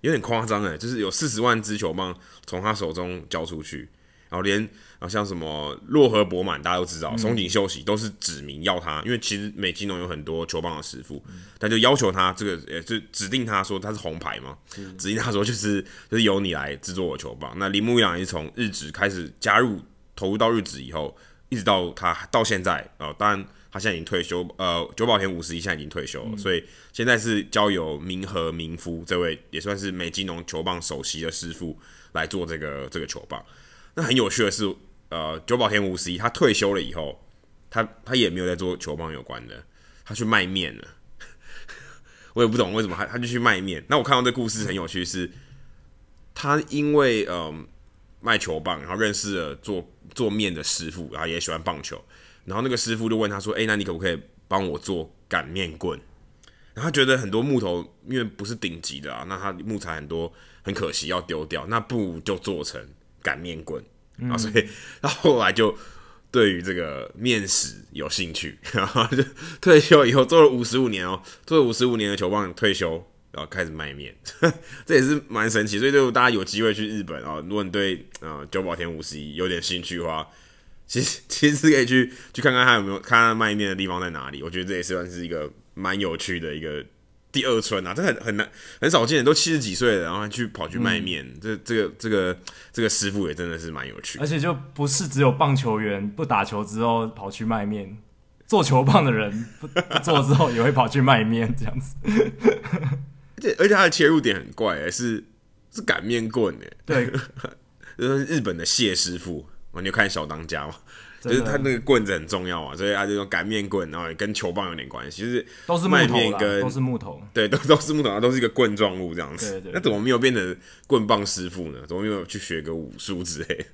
有点夸张哎，就是有四十万支球棒从他手中交出去，然后连然后像什么洛河博满，大家都知道，松井秀喜都是指名要他，因为其实美津浓有很多球棒的师傅，他就要求他这个，呃，就指定他说他是红牌嘛，指定他说就是就是由你来制作我球棒。那铃木一朗也是从日职开始加入投入到日职以后，一直到他到现在啊、呃当然他现在已经退休，呃，久保田五十一现在已经退休了，所以现在是交由明和明夫这位也算是美津浓球棒首席的师傅来做这个这个球棒。那很有趣的是，呃，久保田无十一他退休了以后，他他也没有在做球棒有关的，他去卖面了。 我也不懂为什么他他就去卖面。那我看到这故事很有趣是，他因为嗯、卖球棒，然后认识了做做面的师傅，然后也喜欢棒球，然后那个师傅就问他说：“哎、那你可不可以帮我做擀面棍？”然后他觉得很多木头因为不是顶级的啊，那他木材很多，很可惜要丢掉，那不如就做成擀面棍、啊，所以他后来就对于这个面食有兴趣，然后就退休以后做了五十五年哦，做了五十五年的球棒退休，然后开始卖面， 这也是蛮神奇。所以，对大家有机会去日本啊、哦，如果你对呃久保田五十一有点兴趣的话，其实其实可以去去看看他有没有看看卖面的地方在哪里。我觉得这也是算是一个蛮有趣的一个第二春啊，这很很难很少见，都七十几岁了，然后还去跑去卖面，这这个这个这个师傅也真的是蛮有趣的。而且就不是只有棒球员不打球之后跑去卖面，做球棒的人不不做之后也会跑去卖面这样子。而且而且他的切入点很怪、欸，是是擀面棍哎、对，就是日本的谢师傅，哦，你有看小当家吗？就真是的他那个棍子很重要啊，所以他就用擀面棍，然后也跟球棒有点关系，就是都是木卖头面啦，跟都是木头。对， 都都是木头，然后都是一个棍状物这样子。对对那怎么没有变成棍棒师傅呢？怎么没有去学个武术之类的？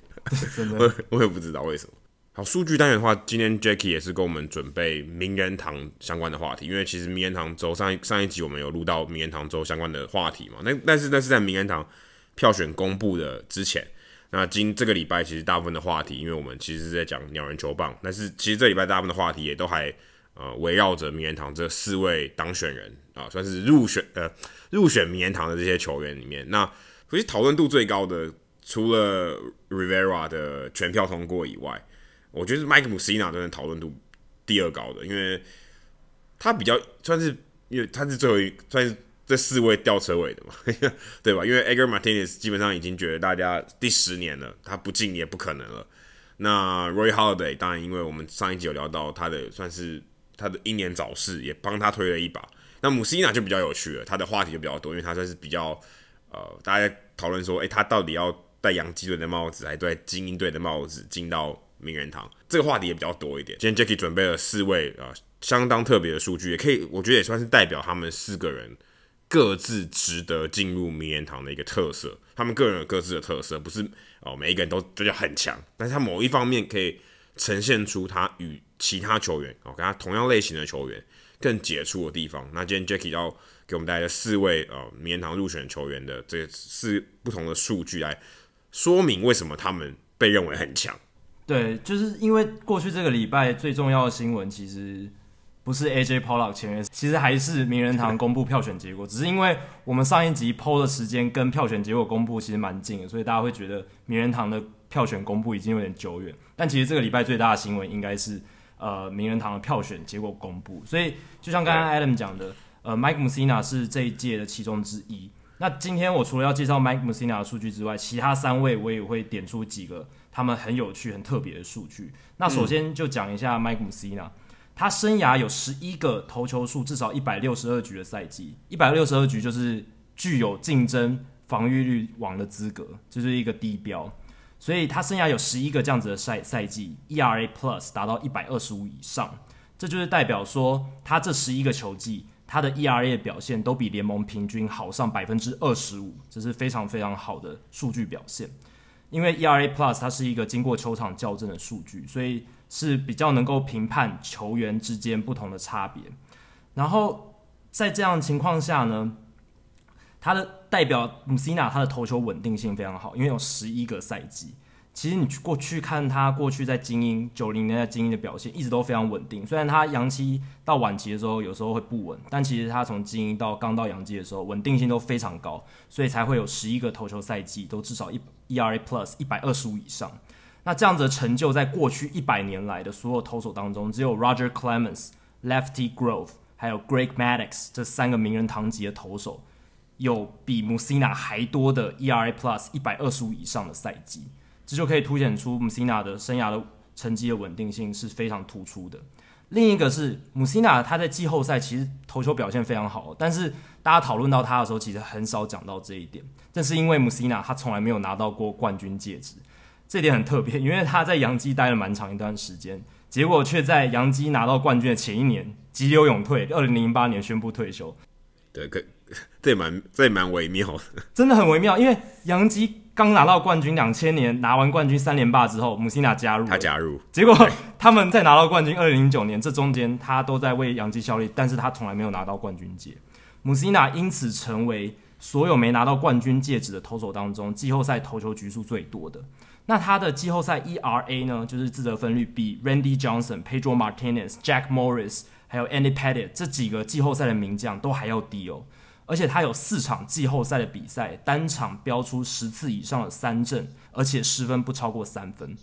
真的我我也不知道为什么。好，数据单元的话，今天 Jackie 也是跟我们准备名人堂相关的话题，因为其实名人堂周上一上一集我们有录到名人堂周相关的话题嘛，那但是那是在名人堂票选公布的之前。那今这个礼拜其实大部分的话题，因为我们其实是在讲鸟人球棒，但是其实这礼拜大部分的话题也都还呃围绕着名人堂这四位当选人啊，算是入选呃入选名人堂的这些球员里面，那所以讨论度最高的，除了 Rivera 的全票通过以外，我觉得 Mike Musina 真的讨论度第二高的，因为他比较算是，因为他是最后一算是这四位吊车尾的嘛， 对吧？因为 Edgar Martinez 基本上已经觉得大家第十年了，他不进也不可能了。那 Roy Holiday 当然，因为我们上一集有聊到他的算是他的英年早逝，也帮他推了一把。那姆西娜就比较有趣了，他的话题就比较多，因为他算是比较呃，大家在讨论说，诶，他到底要戴洋基队的帽子，还是戴精英队的帽子进到名人堂？这个话题也比较多一点。今天 Jackie 准备了四位啊、呃相当特别的数据，也可以，我觉得也算是代表他们四个人各自值得进入名人堂的一个特色。他们个人有各自的特色，不是哦、每一个人都都叫很强，但是他某一方面可以呈现出他与其他球员哦，跟他同样类型的球员更杰出的地方。那今天 Jackie 要给我们带来的四位呃名人堂入选球员的这四不同的数据来说明为什么他们被认为很强。对，就是因为过去这个礼拜最重要的新闻其实不是 AJ Pollock 签约，其实还是名人堂公布票选结果。只是因为我们上一集 PO 的时间跟票选结果公布其实蛮近的，所以大家会觉得名人堂的票选公布已经有点久远。但其实这个礼拜最大的新闻应该是呃名人堂的票选结果公布。所以就像刚刚 Adam 讲的，呃 Mike Musina 是这一届的其中之一。那今天我除了要介绍 Mike Musina 的数据之外，其他三位我也会点出几个他们很有趣、很特别的数据。那首先就讲一下 Mike Musina，、他生涯有十一个投球数至少一百六十二局的赛季，一百六十二局就是具有竞争防御率王的资格，这、就是一个低标。所以他生涯有十一个这样子的赛赛季，ERA Plus 达到一百二十五以上，这就是代表说他这十一个球季，他的 ERA 的表现都比联盟平均好上百分之二十五，这是非常非常好的数据表现。因为 ERA Plus 它是一个经过球场校正的数据，所以是比较能够评判球员之间不同的差别。然后在这样的情况下呢，他的代表 Musina 他的投球稳定性非常好，因为有十一个赛季。其实你去过去看他过去在精英九零年代精英的表现，一直都非常稳定。虽然他洋基到晚期的时候有时候会不稳，但其实他从精英到刚到洋基的时候，稳定性都非常高，所以才会有十一个投球赛季都至少一 ERA Plus 一百二十五以上。那这样子的成就，在过去一百年来的所有投手当中，只有 Roger Clemens、Lefty Grove 还有 Greg Maddux 这三个名人堂级的投手，有比 Musina 还多的 ERA Plus 一百二十五以上的赛季，这就可以凸显出 Musina 的生涯的成绩的稳定性是非常突出的。另一个是 Musina，他在季后赛其实投球表现非常好，但是大家讨论到他的时候，其实很少讲到这一点。正是因为 Musina 他从来没有拿到过冠军戒指，这点很特别，因为他在洋基待了蛮长一段时间，结果却在洋基拿到冠军的前一年急流勇退，二零零八年宣布退休。对，可 这也蛮这也蛮微妙的。真的很微妙，因为杨基刚拿到冠军，两千年拿完冠军三连霸之后，姆西纳加入了，他加入，结果他们在拿到冠军，二零零九年这中间他都在为洋基效力，但是他从来没有拿到冠军戒。姆西纳因此成为所有没拿到冠军戒指的投手当中，季后赛投球局数最多的。那他的季后赛 ERA 呢，就是自责分率比 Randy Johnson、Pedro Martinez、Jack Morris 还有 Andy Pettit 这几个季后赛的名将都还要低哦。而且他有四场季后赛的比赛，单场标出十次以上的三振，而且失分不超过三分。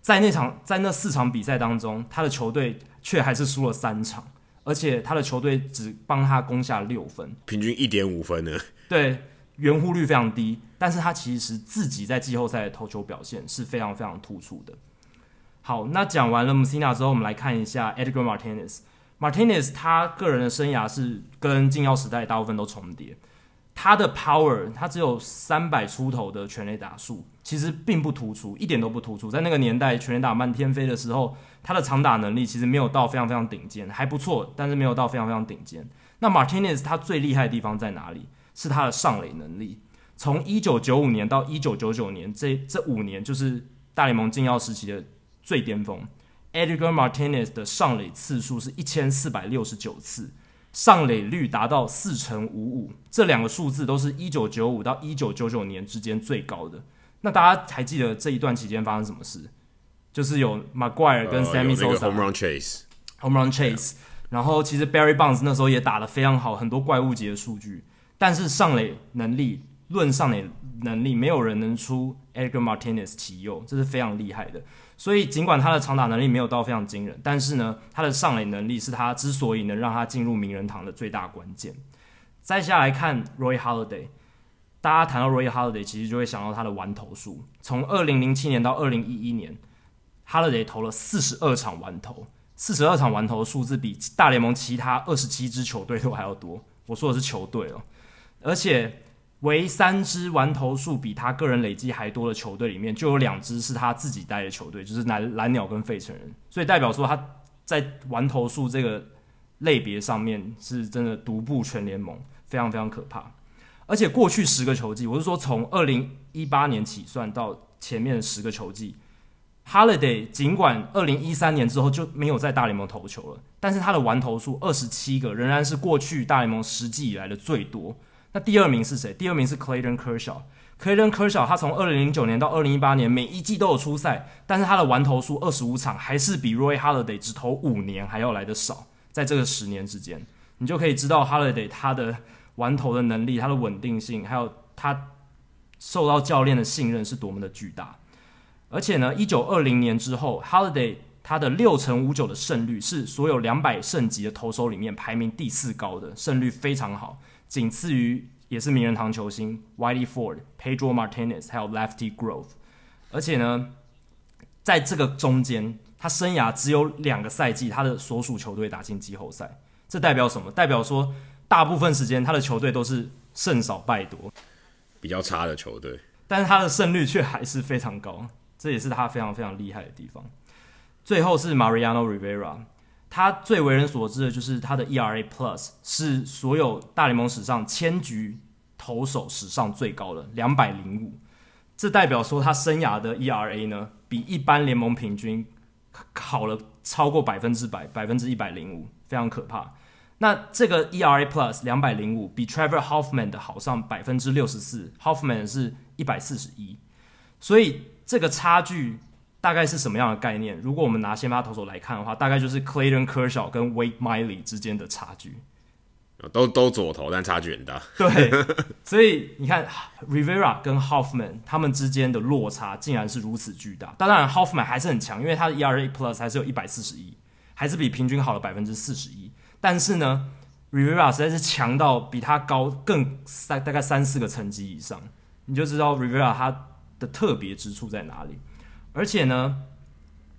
在那场在那四场比赛当中，他的球队却还是输了三场，而且他的球队只帮他攻下六分，平均一点五分呢。对圆弧率非常低。但是他其实自己在季后赛的投球表现是非常非常突出的。好，那讲完了 Messina 之后，我们来看一下 Edgar Martinez。Martinez 他个人的生涯是跟禁药时代大部分都重叠，他的 power 他只有三百出头的全垒打数，其实并不突出，一点都不突出。在那个年代全垒打漫天飞的时候，他的长打能力其实没有到非常非常顶尖，还不错，但是没有到非常非常顶尖。那 Martinez 他最厉害的地方在哪里？是他的上垒能力。从一九九五年到一九九九年这这五年，就是大联盟禁药时期的最巅峰。Edgar Martinez 的上垒次数是一千四百六十九次，上垒率达到四成五五，这两个数字都是一九九五到一九九九年之间最高的。那大家还记得这一段期间发生什么事？就是有 Maguire 跟呃 Sammy 有那 Sosa、个 home run chase， home run chase，然后其实 Barry Bonds 那时候也打得非常好，很多怪物级的数据，但是上垒能力论上垒能力，没有人能出 Edgar Martinez 其右，这是非常厉害的。所以尽管他的长打能力没有到非常惊人，但是呢，他的上垒能力是他之所以能让他进入名人堂的最大关键。再下来看 Roy Holiday。大家谈到 Roy Holiday，其实就会想到他的完投数。从二零零七年到二零一一年，Holiday 投了四十二场完投，四十二场完投的数字比大联盟其他二十七支球队都还要多。我说的是球队哦，而且唯三支完投数比他个人累积还多的球队里面，就有两支是他自己带的球队，就是蓝蓝鸟跟费城人，所以代表说他在完投数这个类别上面是真的独步全联盟，非常非常可怕。而且过去十个球季，我是说从二零一八年起算到前面的十个球季，Holiday 尽管二零一三年之后就没有在大联盟投球了，但是他的完投数二十七个，仍然是过去大联盟实际以来的最多。那第二名是谁？第二名是 Clayton Kershaw。Clayton Kershaw 他从二零零九年到二零一八年每一季都有出赛，但是他的完投数二十五场，还是比 Roy Holiday 只投五年还要来的少。在这个十年之间，你就可以知道 Holiday 他的玩投的能力、他的稳定性，还有他受到教练的信任是多么的巨大。而且呢，一九二零年之后，Holiday 他的六成五九的胜率是所有两百胜级的投手里面排名第四高的，胜率非常好，仅次于也是名人堂球星 Whitey Ford、Pedro Martinez 还有 Lefty Grove。而且呢，在这个中间，他生涯只有两个赛季，他的所属球队打进季后赛，这代表什么？代表说大部分时间他的球队都是胜少败多，比较差的球队。但是他的胜率却还是非常高，这也是他非常非常厉害的地方。最后是 Mariano Rivera，他最为人所知的就是他的 ERA Plus 是所有大联盟史上千局投手史上最高的两百零五，这代表说他生涯的 ERA 呢比一般联盟平均好了超过百分之百，百分之一百零五，非常可怕。那这个 ERA Plus 两百零五比 Trevor Hoffman 的好上百分之六十四，Hoffman 是一百四十一，所以这个差距大概是什么样的概念？如果我们拿先发投手来看的话，大概就是 Clayton Kershaw 跟 Wade Miley 之间的差距。呃都都左投，但差距很大。 对，所以你看 Rivera 跟 Hoffman 他们之间的落差竟然是如此巨大。当然 Hoffman 还是很强，因为他的 ERA Plus 还是有一百四十一，还是比平均好了百分之四十一。但是呢，Rivera 实在是强到比他高更三大概三四个层级以上，你就知道 Rivera 他的特别之处在哪里。而且呢，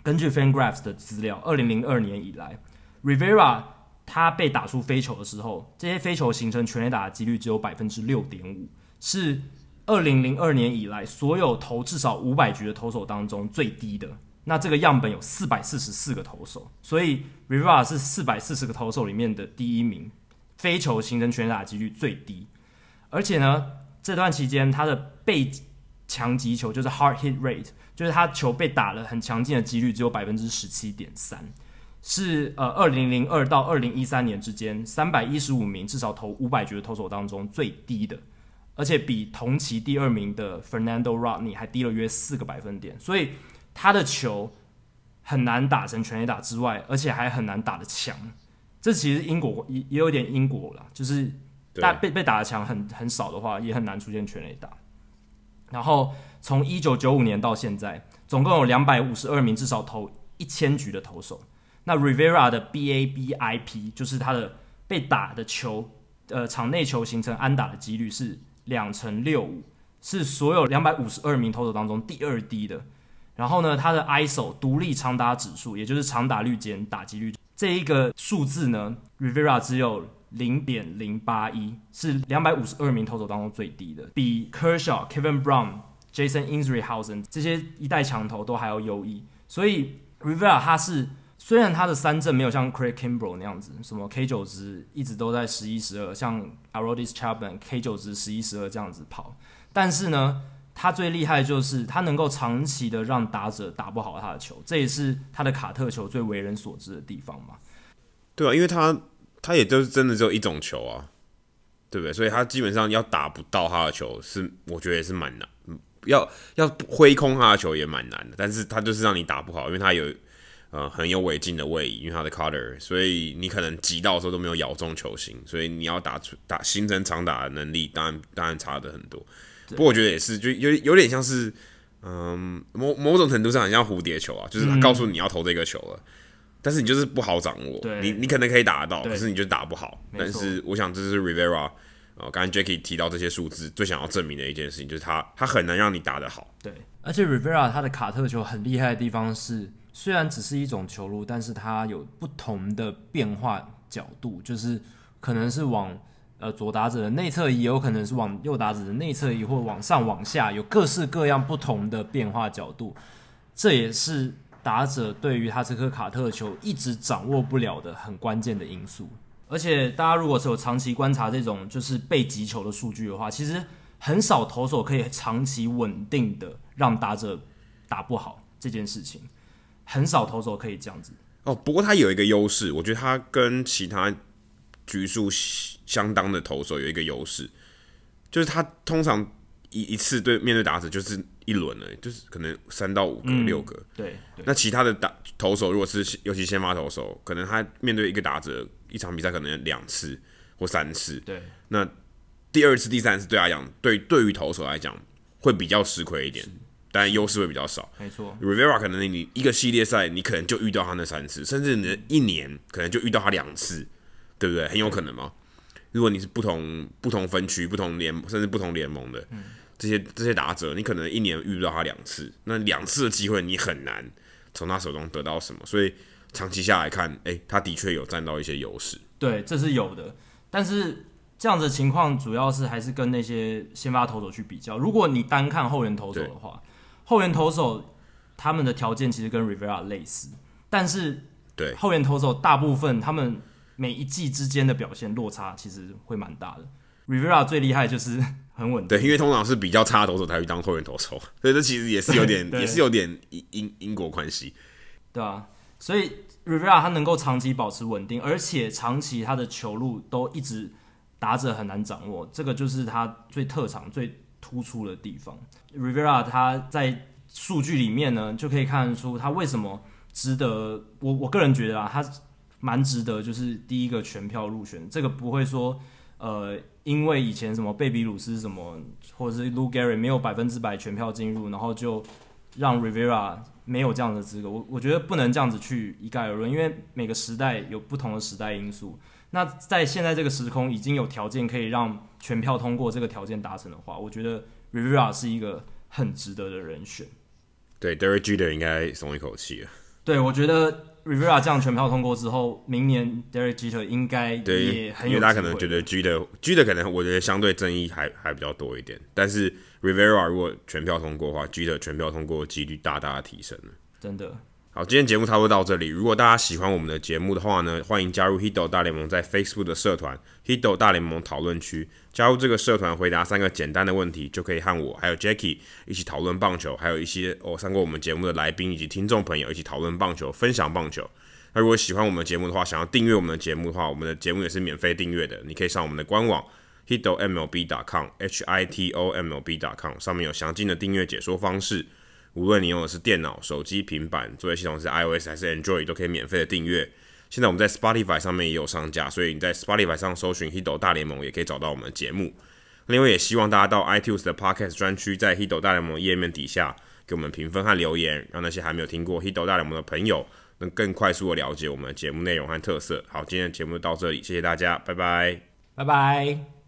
根据 FanGraphs 的资料，二零零二年以来，Rivera 他被打出飞球的时候，这些飞球形成全垒打的几率只有百分之六点五，是二零零二年以来所有投至少五百局的投手当中最低的。那这个样本有四百四十四个投手，所以 Rivera 是四百四十个投手里面的第一名，飞球形成全垒打的几率最低。而且呢，这段期间他的被强击球就是 hard hit rate，就是他球被打了很强劲的几率只有百分之十七点三。是呃二零零二到二零一三年之间三百一十五名至少投五百局的投手当中最低的，而且比同期第二名的 Fernando Rodney 还低了约四个百分点，所以他的球很难打成全垒打之外，而且还很难打得强。这其实英国也也有点因果啦，就是对大被被打的强很很少的话，也很难出现全垒打。然后从一九九五年到现在，总共有两百五十二名至少投一千局的投手。那 Rivera 的 BABIP 就是他的被打的球，呃，场内球形成安打的几率是两成六五，是所有两百五十二名投手当中第二低的。然后呢，他的 ISO 独立长打指数，也就是长打率减打击率这一个数字呢，Rivera 只有零点零八一，是两百五十二名投手当中最低的，比 Kershaw、Kevin Brown、Jason Insleyhausen 这些一代强投都还要优异。所以 Rivera 他是虽然他的三振没有像 Craig Kimbrel 那样子，什么 K 九值一直都在十一十二，像 a r o d i s Chapman K 九值十一十二这样子跑，但是呢，他最厉害的就是他能够长期的让打者打不好他的球，这也是他的卡特球最为人所知的地方嘛。对啊，因为他他也就是真的只有一种球啊，对不对？所以他基本上要打不到他的球是，我觉得也是蛮难，嗯要要挥空他的球也蛮难的。但是他就是让你打不好，因为他有呃很有违禁的位移，因为他的 cutter，所以你可能急到的时候都没有咬中球心，所以你要打出打形成长打的能力，当然当然差的很多。不过我觉得也是，就有有点像是。嗯，某某种程度上很像蝴蝶球啊，就是他告诉你要投这个球了，但是你就是不好掌握，嗯对你你可能可以打得到，对可是你就打不好。没但错是我想这是 Rivera 呃，刚才 Jackie 提到这些数字，最想要证明的一件事情就是他他很难让你打得好。对，而且 Rivera 他的卡特球很厉害的地方是，虽然只是一种球路，但是它有不同的变化角度，就是可能是往呃左打者的内侧移，也有可能是往右打者的内侧移，或往上往下，有各式各样不同的变化角度。这也是打者对于他这颗卡特球一直掌握不了的很关键的因素。而且大家如果是有长期观察这种就是被击球的数据的话，其实很少投手可以长期稳定的让打者打不好这件事情，很少投手可以这样子。哦，不过他有一个优势，我觉得他跟其他局数相当的投手有一个优势，就是他通常一一次对面对打者就是一轮了，就是可能三到五个、嗯六个，对对那其他的打投手，如果是尤其先发投手，可能他面对一个打者，一场比赛可能两次或三次，对，那第二次、第三次对他来讲，对对于投手来讲会比较吃亏一点，但优势会比较少。没错， Rivera 可能你一个系列赛，你可能就遇到他那三次，甚至你的一年可能就遇到他两次，对不对？很有可能嘛。如果你是不同不同分区、不同联，甚至不同联盟的这些这些打者，你可能一年遇到他两次，那两次的机会你很难从他手中得到什么。所以长期下来看，哎、他的确有占到一些优势。对，这是有的。但是这样子的情况主要是还是跟那些先发投手去比较。如果你单看后援投手的话，后援投手他们的条件其实跟 Rivera 类似，但是对后援投手大部分他们每一季之间的表现落差其实会蛮大的。Rivera 最厉害就是很稳定，对，因为通常是比较差的投手才去当后援投手，所以这其实也是有 点对也是有点因因因果关系。对啊，所以 Rivera 他能够长期保持稳定，而且长期他的球路都一直打者很难掌握，这个就是他最特长、最突出的地方。Rivera 他在数据里面呢，就可以看得出他为什么值得我我个人觉得啊，他蛮值得就是第一个全票入选，这个不会说呃，因为以前什么贝比鲁斯什么，或者是 Lou Gary 没有百分之百全票进入，然后就让 Rivera 没有这样的资格。我我觉得不能这样子去一概而论，因为每个时代有不同的时代因素。那在现在这个时空已经有条件可以让全票通过这个条件达成的话，我觉得 Rivera 是一个很值得的人选。对 d e r e k Jeter 应该松一口气了。对，我觉得 Rivera 这样全票通过之后，明年 Derek Jeter 应该对，也很因有机为会。大家可能觉得 G 的 G 的可能我觉得相对争议还还比较多一点，但是 Rivera 如果全票通过的话，G 的全票通过的几率大大的提升了。真的好，今天节目差不多到这里。如果大家喜欢我们的节目的话呢，欢迎加入 Hido 大联盟在 Facebook 的社团 Hido 大联盟讨论区。加入这个社团，回答三个简单的问题，就可以和我还有 Jackie 一起讨论棒球，还有一些哦上过我们节目的来宾以及听众朋友一起讨论棒球，分享棒球。那如果喜欢我们的节目的话，想要订阅我们的节目的话，我们的节目也是免费订阅的，你可以上我们的官网 hitomlb.com h i t o m l b.com 上面有详尽的订阅解说方式。无论你用的是电脑、手机、平板，作业系统是 iOS 还是 Android，都可以免费的订阅。现在我们在 Spotify 上面也有上架，所以你在 Spotify 上搜寻 Hido 大联盟也可以找到我们的节目。另外，也希望大家到 iTunes 的 Podcast 专区，在 Hido 大联盟页面底下给我们评分和留言，让那些还没有听过 Hido 大联盟的朋友能更快速的了解我们的节目内容和特色。好，今天的节目就到这里，谢谢大家，拜拜。拜拜。